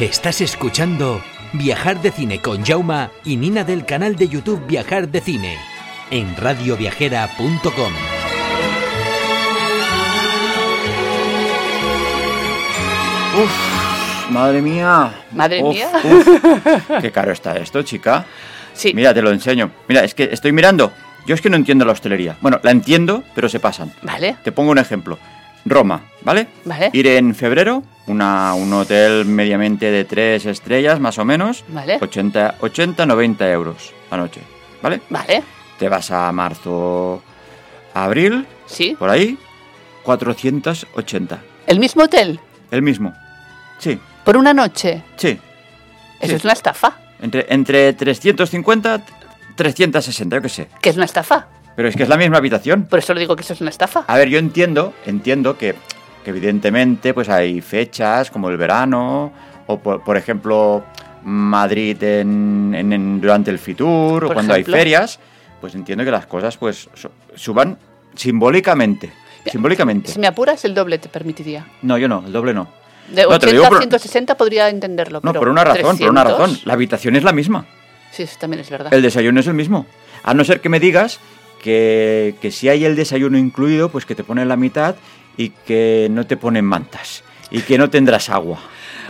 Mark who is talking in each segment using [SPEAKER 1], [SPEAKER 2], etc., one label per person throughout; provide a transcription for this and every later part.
[SPEAKER 1] Estás escuchando Viajar de Cine con Jauma y Nina del canal de YouTube Viajar de Cine en radioviajera.com.
[SPEAKER 2] Uf, madre mía.
[SPEAKER 3] Madre
[SPEAKER 2] Uf,
[SPEAKER 3] mía.
[SPEAKER 2] uf. Qué caro está esto, chica.
[SPEAKER 3] Sí.
[SPEAKER 2] Mira, te lo enseño. Mira, es que estoy mirando. Yo es que no entiendo la hostelería. Bueno, la entiendo, pero se pasan.
[SPEAKER 3] Vale.
[SPEAKER 2] Te pongo un ejemplo. Roma, ¿vale?
[SPEAKER 3] Vale.
[SPEAKER 2] Ir en febrero, una, un hotel mediamente de tres estrellas, más o menos.
[SPEAKER 3] Vale.
[SPEAKER 2] 80, 80, 90 euros la noche, ¿vale?
[SPEAKER 3] Vale.
[SPEAKER 2] Te vas a marzo, abril,
[SPEAKER 3] Sí.
[SPEAKER 2] por ahí, 480.
[SPEAKER 3] El mismo hotel,
[SPEAKER 2] El mismo. Sí,
[SPEAKER 3] por una noche.
[SPEAKER 2] sí.
[SPEAKER 3] Eso
[SPEAKER 2] Sí.
[SPEAKER 3] es una estafa.
[SPEAKER 2] Entre, entre 350, 360, yo qué sé.
[SPEAKER 3] Que es una estafa.
[SPEAKER 2] Pero es que es la misma habitación.
[SPEAKER 3] Por eso le digo que eso es una estafa.
[SPEAKER 2] A ver, yo entiendo, entiendo que, que evidentemente pues hay fechas como el verano o por, por ejemplo Madrid en, en- en- durante el Fitur o
[SPEAKER 3] Por
[SPEAKER 2] cuando
[SPEAKER 3] ejemplo.
[SPEAKER 2] hay ferias, pues entiendo que las cosas pues su- suban simbólicamente. Simbólicamente.
[SPEAKER 3] Si me apuras, el doble te permitiría.
[SPEAKER 2] No, yo no, el doble no.
[SPEAKER 3] De
[SPEAKER 2] No, te lo
[SPEAKER 3] 80
[SPEAKER 2] digo
[SPEAKER 3] a
[SPEAKER 2] por-
[SPEAKER 3] 160 podría entenderlo.
[SPEAKER 2] No,
[SPEAKER 3] pero
[SPEAKER 2] por una razón, por una
[SPEAKER 3] 300,
[SPEAKER 2] razón. La habitación es la misma.
[SPEAKER 3] Sí, eso también es verdad.
[SPEAKER 2] El desayuno es el mismo. A no ser que me digas que, que si hay el desayuno incluido, pues que te ponen la mitad y que no te ponen mantas y que no tendrás agua.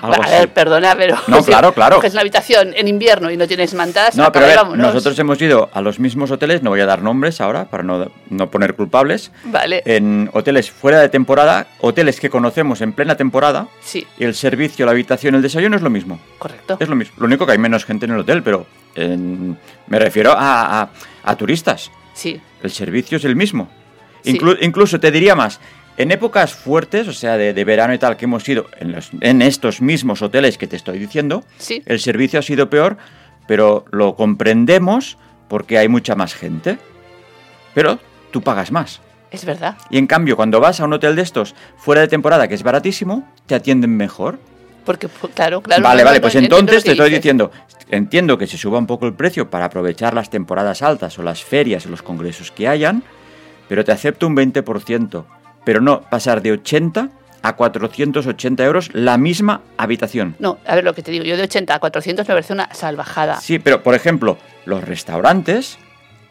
[SPEAKER 2] Algo
[SPEAKER 3] a
[SPEAKER 2] así.
[SPEAKER 3] ver, perdona, pero.
[SPEAKER 2] No, claro, claro.
[SPEAKER 3] Coges una habitación en invierno y no tienes mantas.
[SPEAKER 2] No, pero a ver,
[SPEAKER 3] apaga y vámonos.
[SPEAKER 2] nosotros hemos ido a los mismos hoteles, no voy a dar nombres ahora para no, no poner culpables,
[SPEAKER 3] Vale.
[SPEAKER 2] en Eh. hoteles fuera de temporada, hoteles que conocemos en plena temporada,
[SPEAKER 3] Sí,
[SPEAKER 2] y el servicio, la habitación, el desayuno es lo mismo.
[SPEAKER 3] correcto.
[SPEAKER 2] Es lo mismo. Lo único que hay menos gente en el hotel, pero en- me refiero a- a- a turistas.
[SPEAKER 3] Sí.
[SPEAKER 2] El servicio es el mismo.
[SPEAKER 3] Sí.
[SPEAKER 2] Inclu- incluso te diría más, en épocas fuertes, o sea, de, de verano y tal, que hemos ido en, los- en estos mismos hoteles que te estoy diciendo,
[SPEAKER 3] Sí.
[SPEAKER 2] el servicio ha sido peor, pero lo comprendemos porque hay mucha más gente. Pero tú pagas más.
[SPEAKER 3] Es verdad.
[SPEAKER 2] Y en cambio, cuando vas a un hotel de estos fuera de temporada, que es baratísimo, te atienden mejor.
[SPEAKER 3] Porque, pues, claro, claro.
[SPEAKER 2] Vale,
[SPEAKER 3] no,
[SPEAKER 2] vale,
[SPEAKER 3] no,
[SPEAKER 2] pues
[SPEAKER 3] no, entiendo
[SPEAKER 2] entonces
[SPEAKER 3] lo que
[SPEAKER 2] te estoy
[SPEAKER 3] dices.
[SPEAKER 2] diciendo, entiendo que se suba un poco el precio para aprovechar las temporadas altas o las ferias o los congresos que hayan, pero te acepto un 20%, pero no pasar de 80 a 480 euros la misma habitación.
[SPEAKER 3] No, a ver lo que te digo. Yo de 80 a 400 me parece una salvajada.
[SPEAKER 2] Sí, pero por ejemplo, los restaurantes,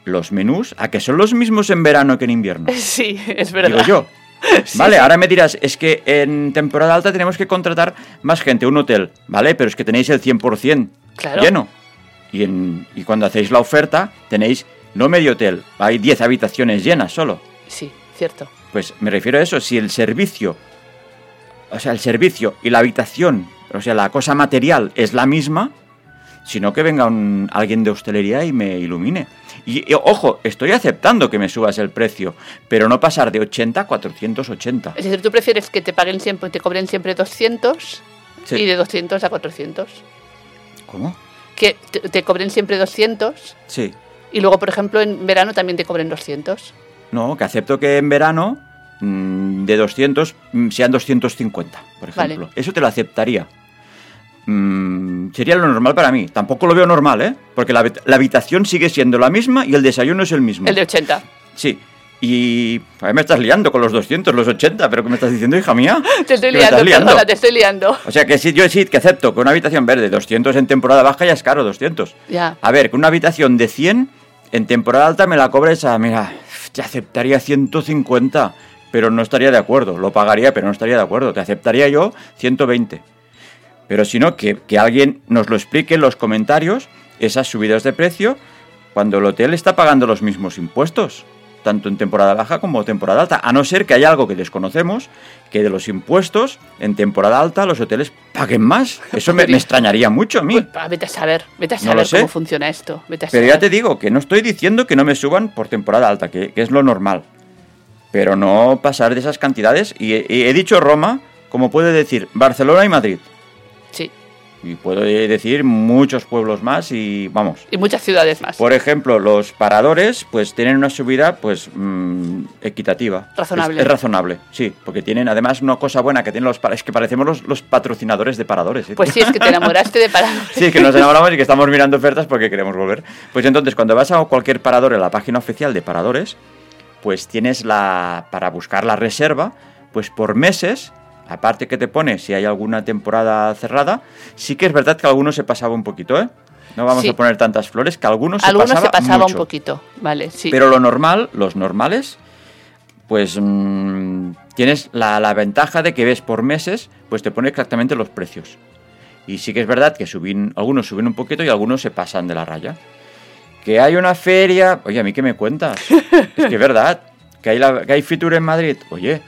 [SPEAKER 2] los menús, a que son los mismos en verano que en invierno.
[SPEAKER 3] Sí, es verdad.
[SPEAKER 2] Digo yo. Vale, ahora me dirás, es que en temporada alta tenemos que contratar más gente, un hotel, ¿vale? Pero es que tenéis el 100%
[SPEAKER 3] Claro.
[SPEAKER 2] lleno. Y, en- y cuando hacéis la oferta, tenéis no medio hotel, hay 10 habitaciones llenas solo.
[SPEAKER 3] Sí, cierto.
[SPEAKER 2] Pues me refiero a eso, si el servicio, o sea, el servicio y la habitación, o sea, la cosa material es la misma, sino que venga un- alguien de hostelería y me ilumine. Y, y, ojo, estoy aceptando que me subas el precio, pero no pasar de 80 a 480.
[SPEAKER 3] Es decir, tú prefieres que te paguen siempre, te cobren siempre 200
[SPEAKER 2] Sí.
[SPEAKER 3] y de 200 a 400.
[SPEAKER 2] ¿Cómo?
[SPEAKER 3] Que te, te cobren siempre 200
[SPEAKER 2] Sí.
[SPEAKER 3] y luego, por ejemplo, en verano también te cobren 200.
[SPEAKER 2] No, que acepto que en verano mm, de 200 mm, sean 250, por
[SPEAKER 3] Vale.
[SPEAKER 2] ejemplo. Eso te lo aceptaría. Mm, sería lo normal para mí. Tampoco lo veo normal, ¿eh? Porque la, habit- la habitación sigue siendo la misma y el desayuno es el mismo.
[SPEAKER 3] El de 80.
[SPEAKER 2] Sí. Y a mí me estás liando con los 200, los 80, pero ¿qué me estás diciendo, hija mía?
[SPEAKER 3] Te estoy
[SPEAKER 2] ¿Que me estás
[SPEAKER 3] liando, perdona, te estoy liando.
[SPEAKER 2] O sea, que sí, yo sí que acepto que una habitación verde 200 en temporada baja ya es caro, 200.
[SPEAKER 3] Ya.
[SPEAKER 2] A ver, que una habitación de 100 en temporada alta me la cobres a, mira, te aceptaría 150, pero no estaría de acuerdo. Lo pagaría, pero no estaría de acuerdo. Te aceptaría yo 120. Pero si no, que, que alguien nos lo explique en los comentarios, esas subidas de precio, cuando el hotel está pagando los mismos impuestos. tanto en temporada baja como temporada alta, a no ser que haya algo que desconocemos, que de los impuestos en temporada alta los hoteles paguen más. Eso me, me extrañaría mucho a mí.
[SPEAKER 3] Pues, pa, vete a saber, vete a
[SPEAKER 2] No lo
[SPEAKER 3] saber cómo
[SPEAKER 2] sé.
[SPEAKER 3] funciona esto. Vete a
[SPEAKER 2] Pero
[SPEAKER 3] saber.
[SPEAKER 2] ya te digo que no estoy diciendo que no me suban por temporada alta, que, que es lo normal. Pero no pasar de esas cantidades. Y he, y he dicho Roma, como puede decir Barcelona y Madrid.
[SPEAKER 3] Sí.
[SPEAKER 2] Y puedo decir muchos pueblos más y vamos.
[SPEAKER 3] Y muchas ciudades más.
[SPEAKER 2] Por ejemplo, los paradores, pues tienen una subida, pues mm, equitativa.
[SPEAKER 3] Razonable.
[SPEAKER 2] Es, es razonable, sí, porque tienen además una cosa buena que tienen los para- es que parecemos los, los patrocinadores de paradores. ¿eh?
[SPEAKER 3] Pues sí, es que te enamoraste de parar.
[SPEAKER 2] Sí, es que nos enamoramos y que estamos mirando ofertas porque queremos volver. Pues entonces, cuando vas a cualquier parador en la página oficial de paradores, pues tienes la para buscar la reserva, pues por meses. Aparte que te pone si hay alguna temporada cerrada, sí que es verdad que algunos se pasaba un poquito, ¿eh? No vamos
[SPEAKER 3] Sí.
[SPEAKER 2] a poner tantas flores, que algunos se
[SPEAKER 3] Algunos
[SPEAKER 2] pasaba,
[SPEAKER 3] se pasaba un
[SPEAKER 2] mucho.
[SPEAKER 3] poquito, vale, sí.
[SPEAKER 2] Pero lo normal, los normales, pues mm, tienes la, la ventaja de que ves por meses, pues te pone exactamente los precios. Y sí que es verdad que subin, algunos suben un poquito y algunos se pasan de la raya. Que hay una feria. Oye, ¿a mí qué me cuentas? es que es verdad. Que hay, la, que hay Fitur en Madrid. Oye,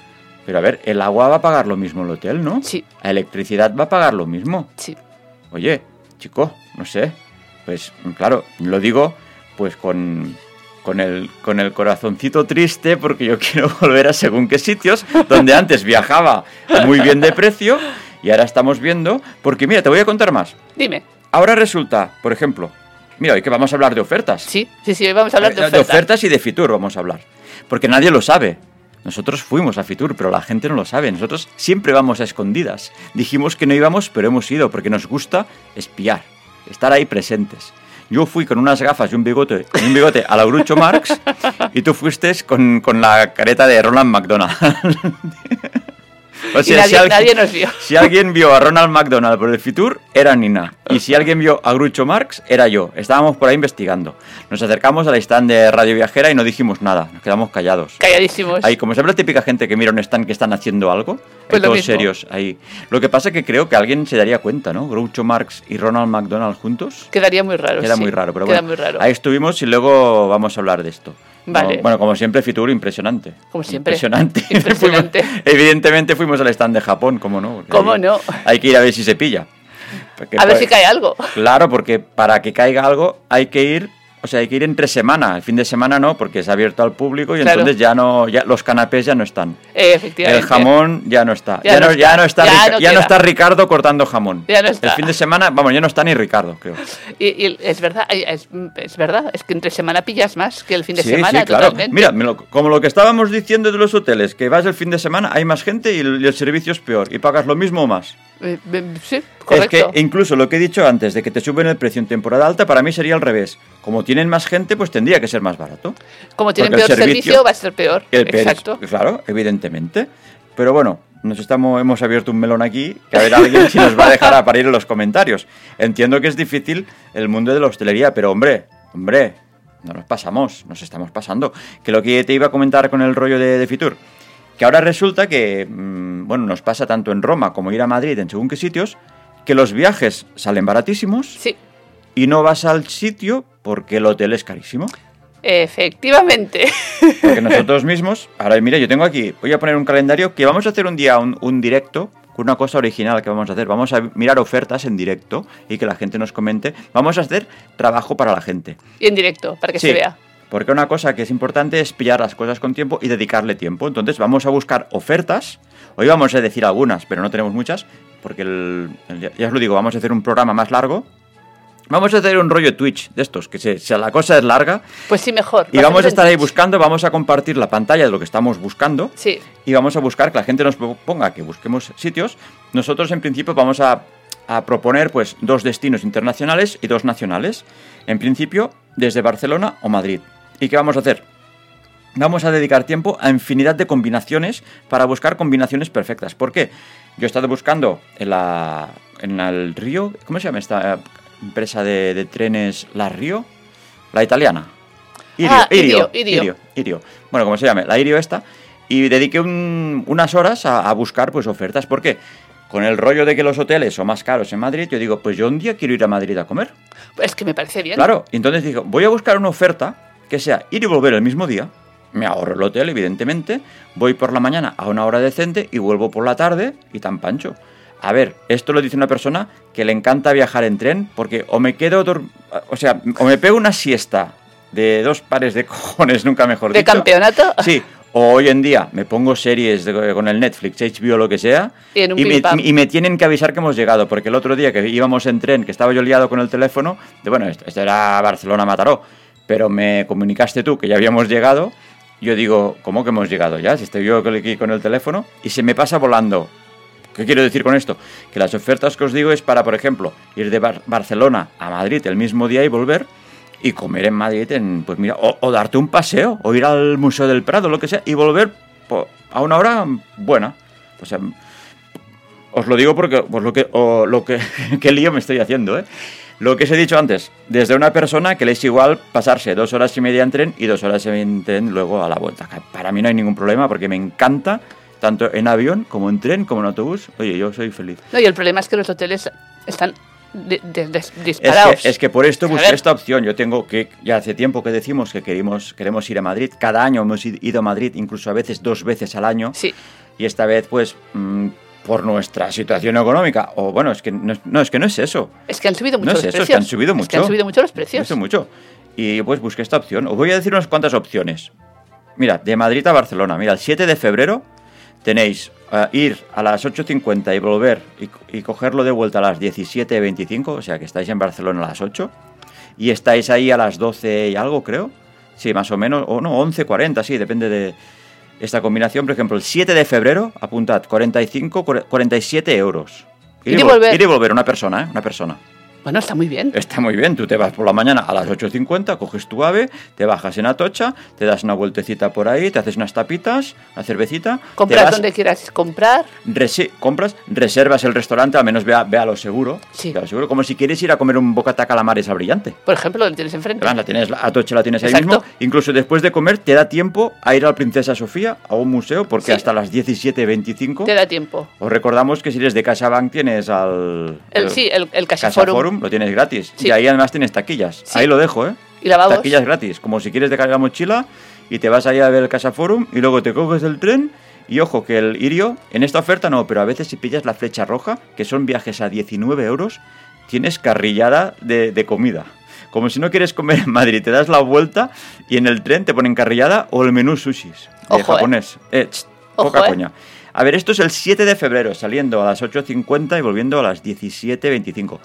[SPEAKER 2] pero a ver, el agua va a pagar lo mismo el hotel, ¿no?
[SPEAKER 3] Sí.
[SPEAKER 2] La electricidad va a pagar lo mismo
[SPEAKER 3] Sí.
[SPEAKER 2] oye, chico, no sé. Pues claro, lo digo pues con, con, el, con el corazoncito triste porque yo quiero volver a según qué sitios donde antes viajaba muy bien de precio y ahora estamos viendo, porque mira, te voy a contar más.
[SPEAKER 3] Dime.
[SPEAKER 2] Ahora resulta, por ejemplo, mira, hoy que vamos a hablar de ofertas.
[SPEAKER 3] Sí, sí, sí, hoy vamos a hablar de
[SPEAKER 2] Eh,
[SPEAKER 3] ofertas.
[SPEAKER 2] y de Fitur vamos a hablar. Porque nadie lo sabe. Nosotros fuimos a Fitur, pero la gente no lo sabe. Nosotros siempre vamos a escondidas. Dijimos que no íbamos, pero hemos ido, porque nos gusta espiar, estar ahí presentes. Yo fui con unas gafas y un bigote, y un bigote a la Groucho Marx y tú fuiste con, con la careta de Ronald McDonald. O
[SPEAKER 3] Y nadie,
[SPEAKER 2] alguien-
[SPEAKER 3] nadie nos vio.
[SPEAKER 2] si alguien vio a Ronald McDonald por el Fitur, era Nina. Y si alguien vio a Grucho Marx, era yo. Estábamos por ahí investigando. Nos acercamos a la stand de Radio Viajera y no dijimos nada. Nos quedamos callados.
[SPEAKER 3] Calladísimos.
[SPEAKER 2] Ahí, como siempre, la típica gente que mira un stand que están haciendo algo.
[SPEAKER 3] Pues
[SPEAKER 2] Hay
[SPEAKER 3] lo
[SPEAKER 2] todos
[SPEAKER 3] mismo.
[SPEAKER 2] serios ahí. Lo que pasa es que creo que alguien se daría cuenta, ¿no? Groucho Marx y Ronald McDonald juntos.
[SPEAKER 3] Quedaría muy raro.
[SPEAKER 2] Queda
[SPEAKER 3] sí.
[SPEAKER 2] muy raro, pero
[SPEAKER 3] Queda
[SPEAKER 2] bueno.
[SPEAKER 3] muy raro.
[SPEAKER 2] Ahí estuvimos y luego vamos a hablar de esto. No,
[SPEAKER 3] Vale.
[SPEAKER 2] bueno, como siempre, Fitur impresionante.
[SPEAKER 3] Como siempre.
[SPEAKER 2] Impresionante.
[SPEAKER 3] Impresionante.
[SPEAKER 2] Fuimos- evidentemente fuimos al stand de Japón, ¿cómo no? Porque
[SPEAKER 3] ¿Cómo
[SPEAKER 2] hay-
[SPEAKER 3] no?
[SPEAKER 2] Hay que ir a ver si se pilla. Porque
[SPEAKER 3] a ver
[SPEAKER 2] pa-
[SPEAKER 3] si cae algo.
[SPEAKER 2] Claro, porque para que caiga algo hay que ir, o sea, hay que ir entre semana. El fin de semana no, porque es abierto al público y
[SPEAKER 3] Claro.
[SPEAKER 2] entonces ya no, ya los canapés ya no están.
[SPEAKER 3] Eh, efectivamente.
[SPEAKER 2] El jamón ya no está. Ya, no, ya no está,
[SPEAKER 3] Ya
[SPEAKER 2] Rica-
[SPEAKER 3] no
[SPEAKER 2] ya no
[SPEAKER 3] queda.
[SPEAKER 2] está Ricardo cortando jamón.
[SPEAKER 3] Ya no está.
[SPEAKER 2] El fin de semana, vamos, ya no está ni Ricardo, creo.
[SPEAKER 3] Y, y es verdad, ay, es, es verdad, es que entre semana pillas más que el fin de
[SPEAKER 2] Sí,
[SPEAKER 3] semana
[SPEAKER 2] sí, claro.
[SPEAKER 3] totalmente.
[SPEAKER 2] Mira, me lo- como lo que estábamos diciendo de los hoteles, que vas el fin de semana, hay más gente y el, y el servicio es peor y pagas lo mismo o más.
[SPEAKER 3] Eh, eh, sí, correcto.
[SPEAKER 2] Es que incluso lo que he dicho antes de que te suben el precio en temporada alta, para mí sería al revés. Como tienen más gente, pues tendría que ser más barato.
[SPEAKER 3] Como tienen
[SPEAKER 2] porque
[SPEAKER 3] peor
[SPEAKER 2] el
[SPEAKER 3] servicio,
[SPEAKER 2] servicio-
[SPEAKER 3] va a ser peor.
[SPEAKER 2] El peor es-
[SPEAKER 3] Exacto.
[SPEAKER 2] claro, evidentemente. Pero bueno, nos estamos, hemos abierto un melón aquí, que a ver alguien si nos va a dejar aparecer en los comentarios. Entiendo que es difícil el mundo de la hostelería, pero hombre, hombre, no nos pasamos, nos estamos pasando. Que lo que te iba a comentar con el rollo de, de Fitur, que ahora resulta que, mm, bueno, nos pasa tanto en Roma como ir a Madrid, en según qué sitios, que los viajes salen baratísimos
[SPEAKER 3] Sí,
[SPEAKER 2] y no vas al sitio porque el hotel es carísimo.
[SPEAKER 3] efectivamente.
[SPEAKER 2] Porque nosotros mismos, ahora mira, yo tengo aquí, voy a poner un calendario que vamos a hacer un día un, un directo con una cosa original que vamos a hacer. Vamos a mirar ofertas en directo y que la gente nos comente. Vamos a hacer trabajo para la gente.
[SPEAKER 3] y en directo, para que se vea.
[SPEAKER 2] Porque una cosa que es importante es pillar las cosas con tiempo y dedicarle tiempo. Entonces vamos a buscar ofertas. Hoy vamos a decir algunas, pero no tenemos muchas. Porque el- el- ya- ya os lo digo, vamos a hacer un programa más largo. Vamos a hacer un rollo Twitch de estos, que se- se- la cosa es larga.
[SPEAKER 3] Pues sí, mejor.
[SPEAKER 2] Y
[SPEAKER 3] Lo
[SPEAKER 2] vamos a
[SPEAKER 3] hacemos
[SPEAKER 2] estar
[SPEAKER 3] en
[SPEAKER 2] ahí
[SPEAKER 3] Twitch.
[SPEAKER 2] buscando, vamos a compartir la pantalla de lo que estamos buscando
[SPEAKER 3] Sí,
[SPEAKER 2] y vamos a buscar que la gente nos ponga que busquemos sitios. Nosotros en principio vamos a, a proponer pues dos destinos internacionales y dos nacionales. En principio desde Barcelona o Madrid. ¿Y qué vamos a hacer? Vamos a dedicar tiempo a infinidad de combinaciones para buscar combinaciones perfectas. ¿Por qué? Yo he estado buscando en la en el Río, ¿cómo se llama esta eh, empresa de, de trenes La Río? La italiana.
[SPEAKER 3] Ah, Irio, Irio.
[SPEAKER 2] Irio. Irio. Bueno, como se llame, la Irio esta. Y dediqué un- unas horas a, a buscar pues ofertas. ¿Por qué? Con el rollo de que los hoteles son más caros en Madrid, yo digo, pues yo un día quiero ir a Madrid a comer.
[SPEAKER 3] es que me parece bien.
[SPEAKER 2] Claro, y entonces digo, voy a buscar una oferta que sea ir y volver el mismo día me ahorro el hotel, evidentemente, voy por la mañana a una hora decente y vuelvo por la tarde y tan pancho. A ver, esto lo dice una persona que le encanta viajar en tren porque o me quedo, dor- o sea, o me pego una siesta de dos pares de cojones, nunca mejor
[SPEAKER 3] ¿De
[SPEAKER 2] dicho.
[SPEAKER 3] campeonato?
[SPEAKER 2] Sí, o hoy en día me pongo series de- con el Netflix, HBO, lo que sea,
[SPEAKER 3] Y en un
[SPEAKER 2] me,
[SPEAKER 3] pim pam.
[SPEAKER 2] y me tienen que avisar que hemos llegado, porque el otro día que íbamos en tren, que estaba yo liado con el teléfono, de bueno, esto, esto era Barcelona-Mataró, pero me comunicaste tú que ya habíamos llegado, yo digo, ¿cómo que hemos llegado ya? Si estoy yo aquí con el teléfono, y se me pasa volando. ¿Qué quiero decir con esto? Que las ofertas que os digo es para, por ejemplo, ir de Bar- Barcelona a Madrid el mismo día y volver, y comer en Madrid, en, pues mira, o, o darte un paseo, o ir al Museo del Prado, lo que sea, y volver po- a una hora buena. O sea, os lo digo porque pues lo que, o lo que qué lío me estoy haciendo, ¿eh? Lo que os he dicho antes, desde una persona que le es igual pasarse dos horas y media en tren y dos horas en tren luego a la vuelta. Que Para mí no hay ningún problema porque me encanta tanto en avión como en tren como en autobús. Oye, yo soy feliz.
[SPEAKER 3] No, y el problema es que los hoteles están de- de- des-
[SPEAKER 2] Es
[SPEAKER 3] disparados.
[SPEAKER 2] que, es que por esto
[SPEAKER 3] A
[SPEAKER 2] busqué
[SPEAKER 3] ver.
[SPEAKER 2] esta opción. Yo tengo que, ya hace tiempo que decimos que queremos, queremos ir a Madrid. Cada año hemos i- ido a Madrid, incluso a veces dos veces al año.
[SPEAKER 3] Sí,
[SPEAKER 2] Y esta vez, pues, mm, por nuestra situación económica. O bueno, es que no, es- no, es que no es eso.
[SPEAKER 3] es que han subido mucho
[SPEAKER 2] No
[SPEAKER 3] los
[SPEAKER 2] es eso,
[SPEAKER 3] precios.
[SPEAKER 2] es que han subido mucho.
[SPEAKER 3] Es que han subido mucho los precios.
[SPEAKER 2] Eso mucho. Y pues busqué esta opción. Os voy a decir unas cuantas opciones. Mira, de Madrid a Barcelona. Mira, el 7 de febrero tenéis eh, ir a las 8.50 y volver y, co- y cogerlo de vuelta a las 17.25. O sea que estáis en Barcelona a las 8. Y estáis ahí a las 12 y algo, creo. Sí, más o menos. O no, 11.40, sí, depende de esta combinación. Por ejemplo, el 7 de febrero, apuntad, 45, 47 euros.
[SPEAKER 3] Ir y volver.
[SPEAKER 2] Ir y volver, una persona, ¿eh? Una persona.
[SPEAKER 3] Bueno, está muy bien.
[SPEAKER 2] Está muy bien, tú te vas por la mañana a las 8.50, coges tu ave, te bajas en Atocha, te das una vueltecita por ahí, te haces unas tapitas, una cervecita, te
[SPEAKER 3] Comprar
[SPEAKER 2] vas,
[SPEAKER 3] donde quieras comprar.
[SPEAKER 2] resi- compras, reservas el restaurante, al menos ve a, ve a lo seguro,
[SPEAKER 3] Sí.
[SPEAKER 2] ve a lo seguro, como si quieres ir a comer un bocata calamares a brillante.
[SPEAKER 3] Por ejemplo, lo tienes enfrente.
[SPEAKER 2] Además, la tienes, la- Atocha la tienes ahí
[SPEAKER 3] Exacto.
[SPEAKER 2] mismo. Incluso después de comer, te da tiempo a ir al Princesa Sofía, a un museo, porque
[SPEAKER 3] Sí.
[SPEAKER 2] hasta las 17.25...
[SPEAKER 3] Te da tiempo.
[SPEAKER 2] Os recordamos que si eres de CaixaBank tienes al...
[SPEAKER 3] El, sí, el, el
[SPEAKER 2] Casa
[SPEAKER 3] Casaforum.
[SPEAKER 2] Forum lo tienes gratis.
[SPEAKER 3] Sí.
[SPEAKER 2] Y ahí además tienes taquillas.
[SPEAKER 3] Sí.
[SPEAKER 2] Ahí lo dejo, ¿eh?
[SPEAKER 3] Y lavabos.
[SPEAKER 2] Taquillas gratis. Como si quieres dejar la mochila y te vas ahí a ver el Casa Forum y luego te coges el tren. Y ojo, que el Irio, en esta oferta no, pero a veces si pillas la flecha roja, que son viajes a 19 euros, tienes carrillada de, de comida. Como si no quieres comer en Madrid, te das la vuelta y en el tren te ponen carrillada o el menú sushis de
[SPEAKER 3] Ojo, ¿eh?
[SPEAKER 2] japonés. Eh, tss,
[SPEAKER 3] Ojo,
[SPEAKER 2] poca
[SPEAKER 3] ¿eh?
[SPEAKER 2] coña. A ver, esto es el 7 de febrero, saliendo a las 8.50 y volviendo a las 17.25.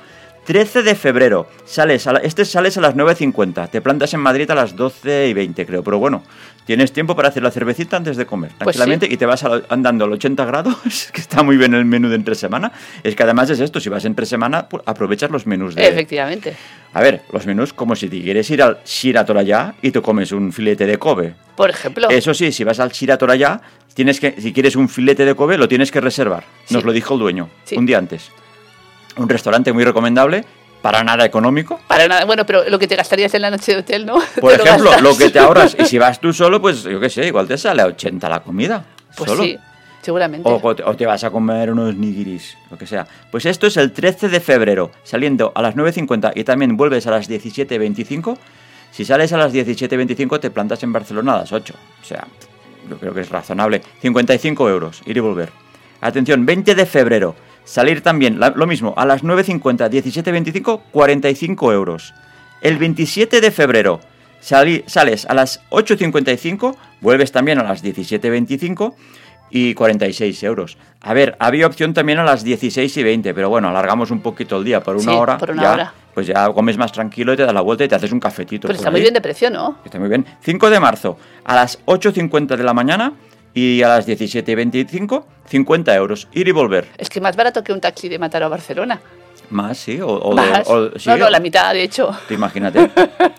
[SPEAKER 2] 13 de febrero, sales a la- este sales a las 9.50, te plantas en Madrid a las 12 y 20, creo, pero bueno, tienes tiempo para hacer la cervecita antes de comer,
[SPEAKER 3] Pues sí.
[SPEAKER 2] tranquilamente, y te vas al- andando al 80 grados, que está muy bien el menú de entre semana. Es que además es esto, si vas entre semana, pues, aprovechas los menús de,
[SPEAKER 3] Efectivamente.
[SPEAKER 2] a ver, los menús como si te quieres ir al Shiratoraya y te comes un filete de Kobe.
[SPEAKER 3] Por ejemplo.
[SPEAKER 2] Eso sí, si vas al Shiratoraya, tienes que, si quieres un filete de Kobe, lo tienes que reservar. Nos
[SPEAKER 3] Sí.
[SPEAKER 2] lo dijo el dueño
[SPEAKER 3] Sí.
[SPEAKER 2] un día antes. Un restaurante muy recomendable, para nada económico.
[SPEAKER 3] Para nada. Bueno, pero lo que te gastarías en la noche de hotel, ¿no?
[SPEAKER 2] Por
[SPEAKER 3] Te
[SPEAKER 2] ejemplo,
[SPEAKER 3] gastas.
[SPEAKER 2] lo que te ahorras. Y si vas tú solo, pues yo qué sé, igual te sale a 80 la comida.
[SPEAKER 3] Pues
[SPEAKER 2] solo.
[SPEAKER 3] sí, seguramente.
[SPEAKER 2] O, o te- o te vas a comer unos nigiris, lo que sea. Pues esto es el 13 de febrero, saliendo a las 9.50 y también vuelves a las 17.25. Si sales a las 17.25 te plantas en Barcelona a las 8. O sea, yo creo que es razonable. 55 euros, ir y volver. Atención, 20 de febrero, salir también, la- lo mismo, a las 9.50, 17.25, 45 euros. El 27 de febrero sali- sales a las 8.55, vuelves también a las 17.25 y 46 euros. A ver, había opción también a las 16 y 20, pero bueno, alargamos un poquito el día por una
[SPEAKER 3] Sí,
[SPEAKER 2] hora.
[SPEAKER 3] por una
[SPEAKER 2] ya,
[SPEAKER 3] hora.
[SPEAKER 2] Pues ya comes más tranquilo y te das la vuelta y te haces un cafetito. por
[SPEAKER 3] pero está muy
[SPEAKER 2] pues ahí.
[SPEAKER 3] bien de precio, ¿no?
[SPEAKER 2] Está muy bien. 5 de marzo, a las 8.50 de la mañana y a las 17.25, 50 euros. Ir y volver.
[SPEAKER 3] Es que más barato que un taxi de Mataró a Barcelona.
[SPEAKER 2] Más, sí. O, o de-
[SPEAKER 3] Más.
[SPEAKER 2] o- sí,
[SPEAKER 3] no, no, la mitad, de hecho.
[SPEAKER 2] Tú imagínate.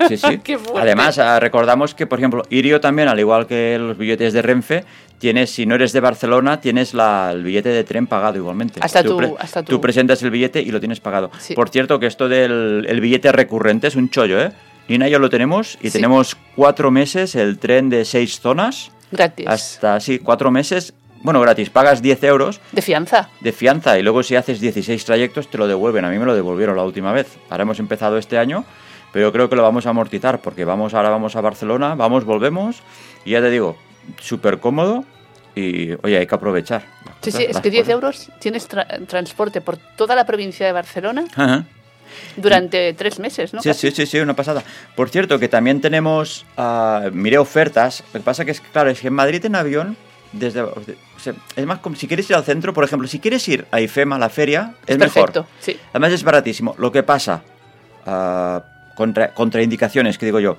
[SPEAKER 2] Sí, sí.
[SPEAKER 3] Qué fuerte.
[SPEAKER 2] Además, ah, recordamos que, por ejemplo, Irio también, al igual que los billetes de Renfe, tienes, si no eres de Barcelona, tienes la- el billete de tren pagado igualmente.
[SPEAKER 3] Hasta
[SPEAKER 2] tú,
[SPEAKER 3] tu-
[SPEAKER 2] pre-
[SPEAKER 3] hasta tu-
[SPEAKER 2] tú presentas el billete y lo tienes pagado.
[SPEAKER 3] Sí.
[SPEAKER 2] Por cierto, que esto del el billete recurrente es un chollo, ¿eh? Nina y yo lo tenemos y
[SPEAKER 3] Sí.
[SPEAKER 2] tenemos cuatro meses el tren de seis zonas.
[SPEAKER 3] Gratis.
[SPEAKER 2] Hasta, sí, cuatro meses. Bueno, gratis, pagas 10 euros
[SPEAKER 3] De fianza.
[SPEAKER 2] de fianza y luego si haces 16 trayectos te lo devuelven. A mí me lo devolvieron la última vez. Ahora hemos empezado este año, pero creo que lo vamos a amortizar porque vamos ahora vamos a Barcelona, vamos, volvemos y ya te digo, súper cómodo y oye, hay que aprovechar. las
[SPEAKER 3] Sí,
[SPEAKER 2] cosas-
[SPEAKER 3] sí, es
[SPEAKER 2] las
[SPEAKER 3] que 10
[SPEAKER 2] cosas.
[SPEAKER 3] euros tienes tra- transporte por toda la provincia de Barcelona
[SPEAKER 2] Ajá.
[SPEAKER 3] durante tres meses, ¿no?
[SPEAKER 2] Mm. Sí,
[SPEAKER 3] Casi.
[SPEAKER 2] sí, sí, sí, una pasada. Por cierto, que también tenemos, ah, miré ofertas, lo que pasa que es que, claro, es que en Madrid en avión, desde... o sea, es más como si quieres ir al centro, por ejemplo, si quieres ir a IFEMA, a la feria, es, mejor.
[SPEAKER 3] perfecto. Sí.
[SPEAKER 2] Además es baratísimo. Lo que pasa, ah, contra, contraindicaciones, que digo yo.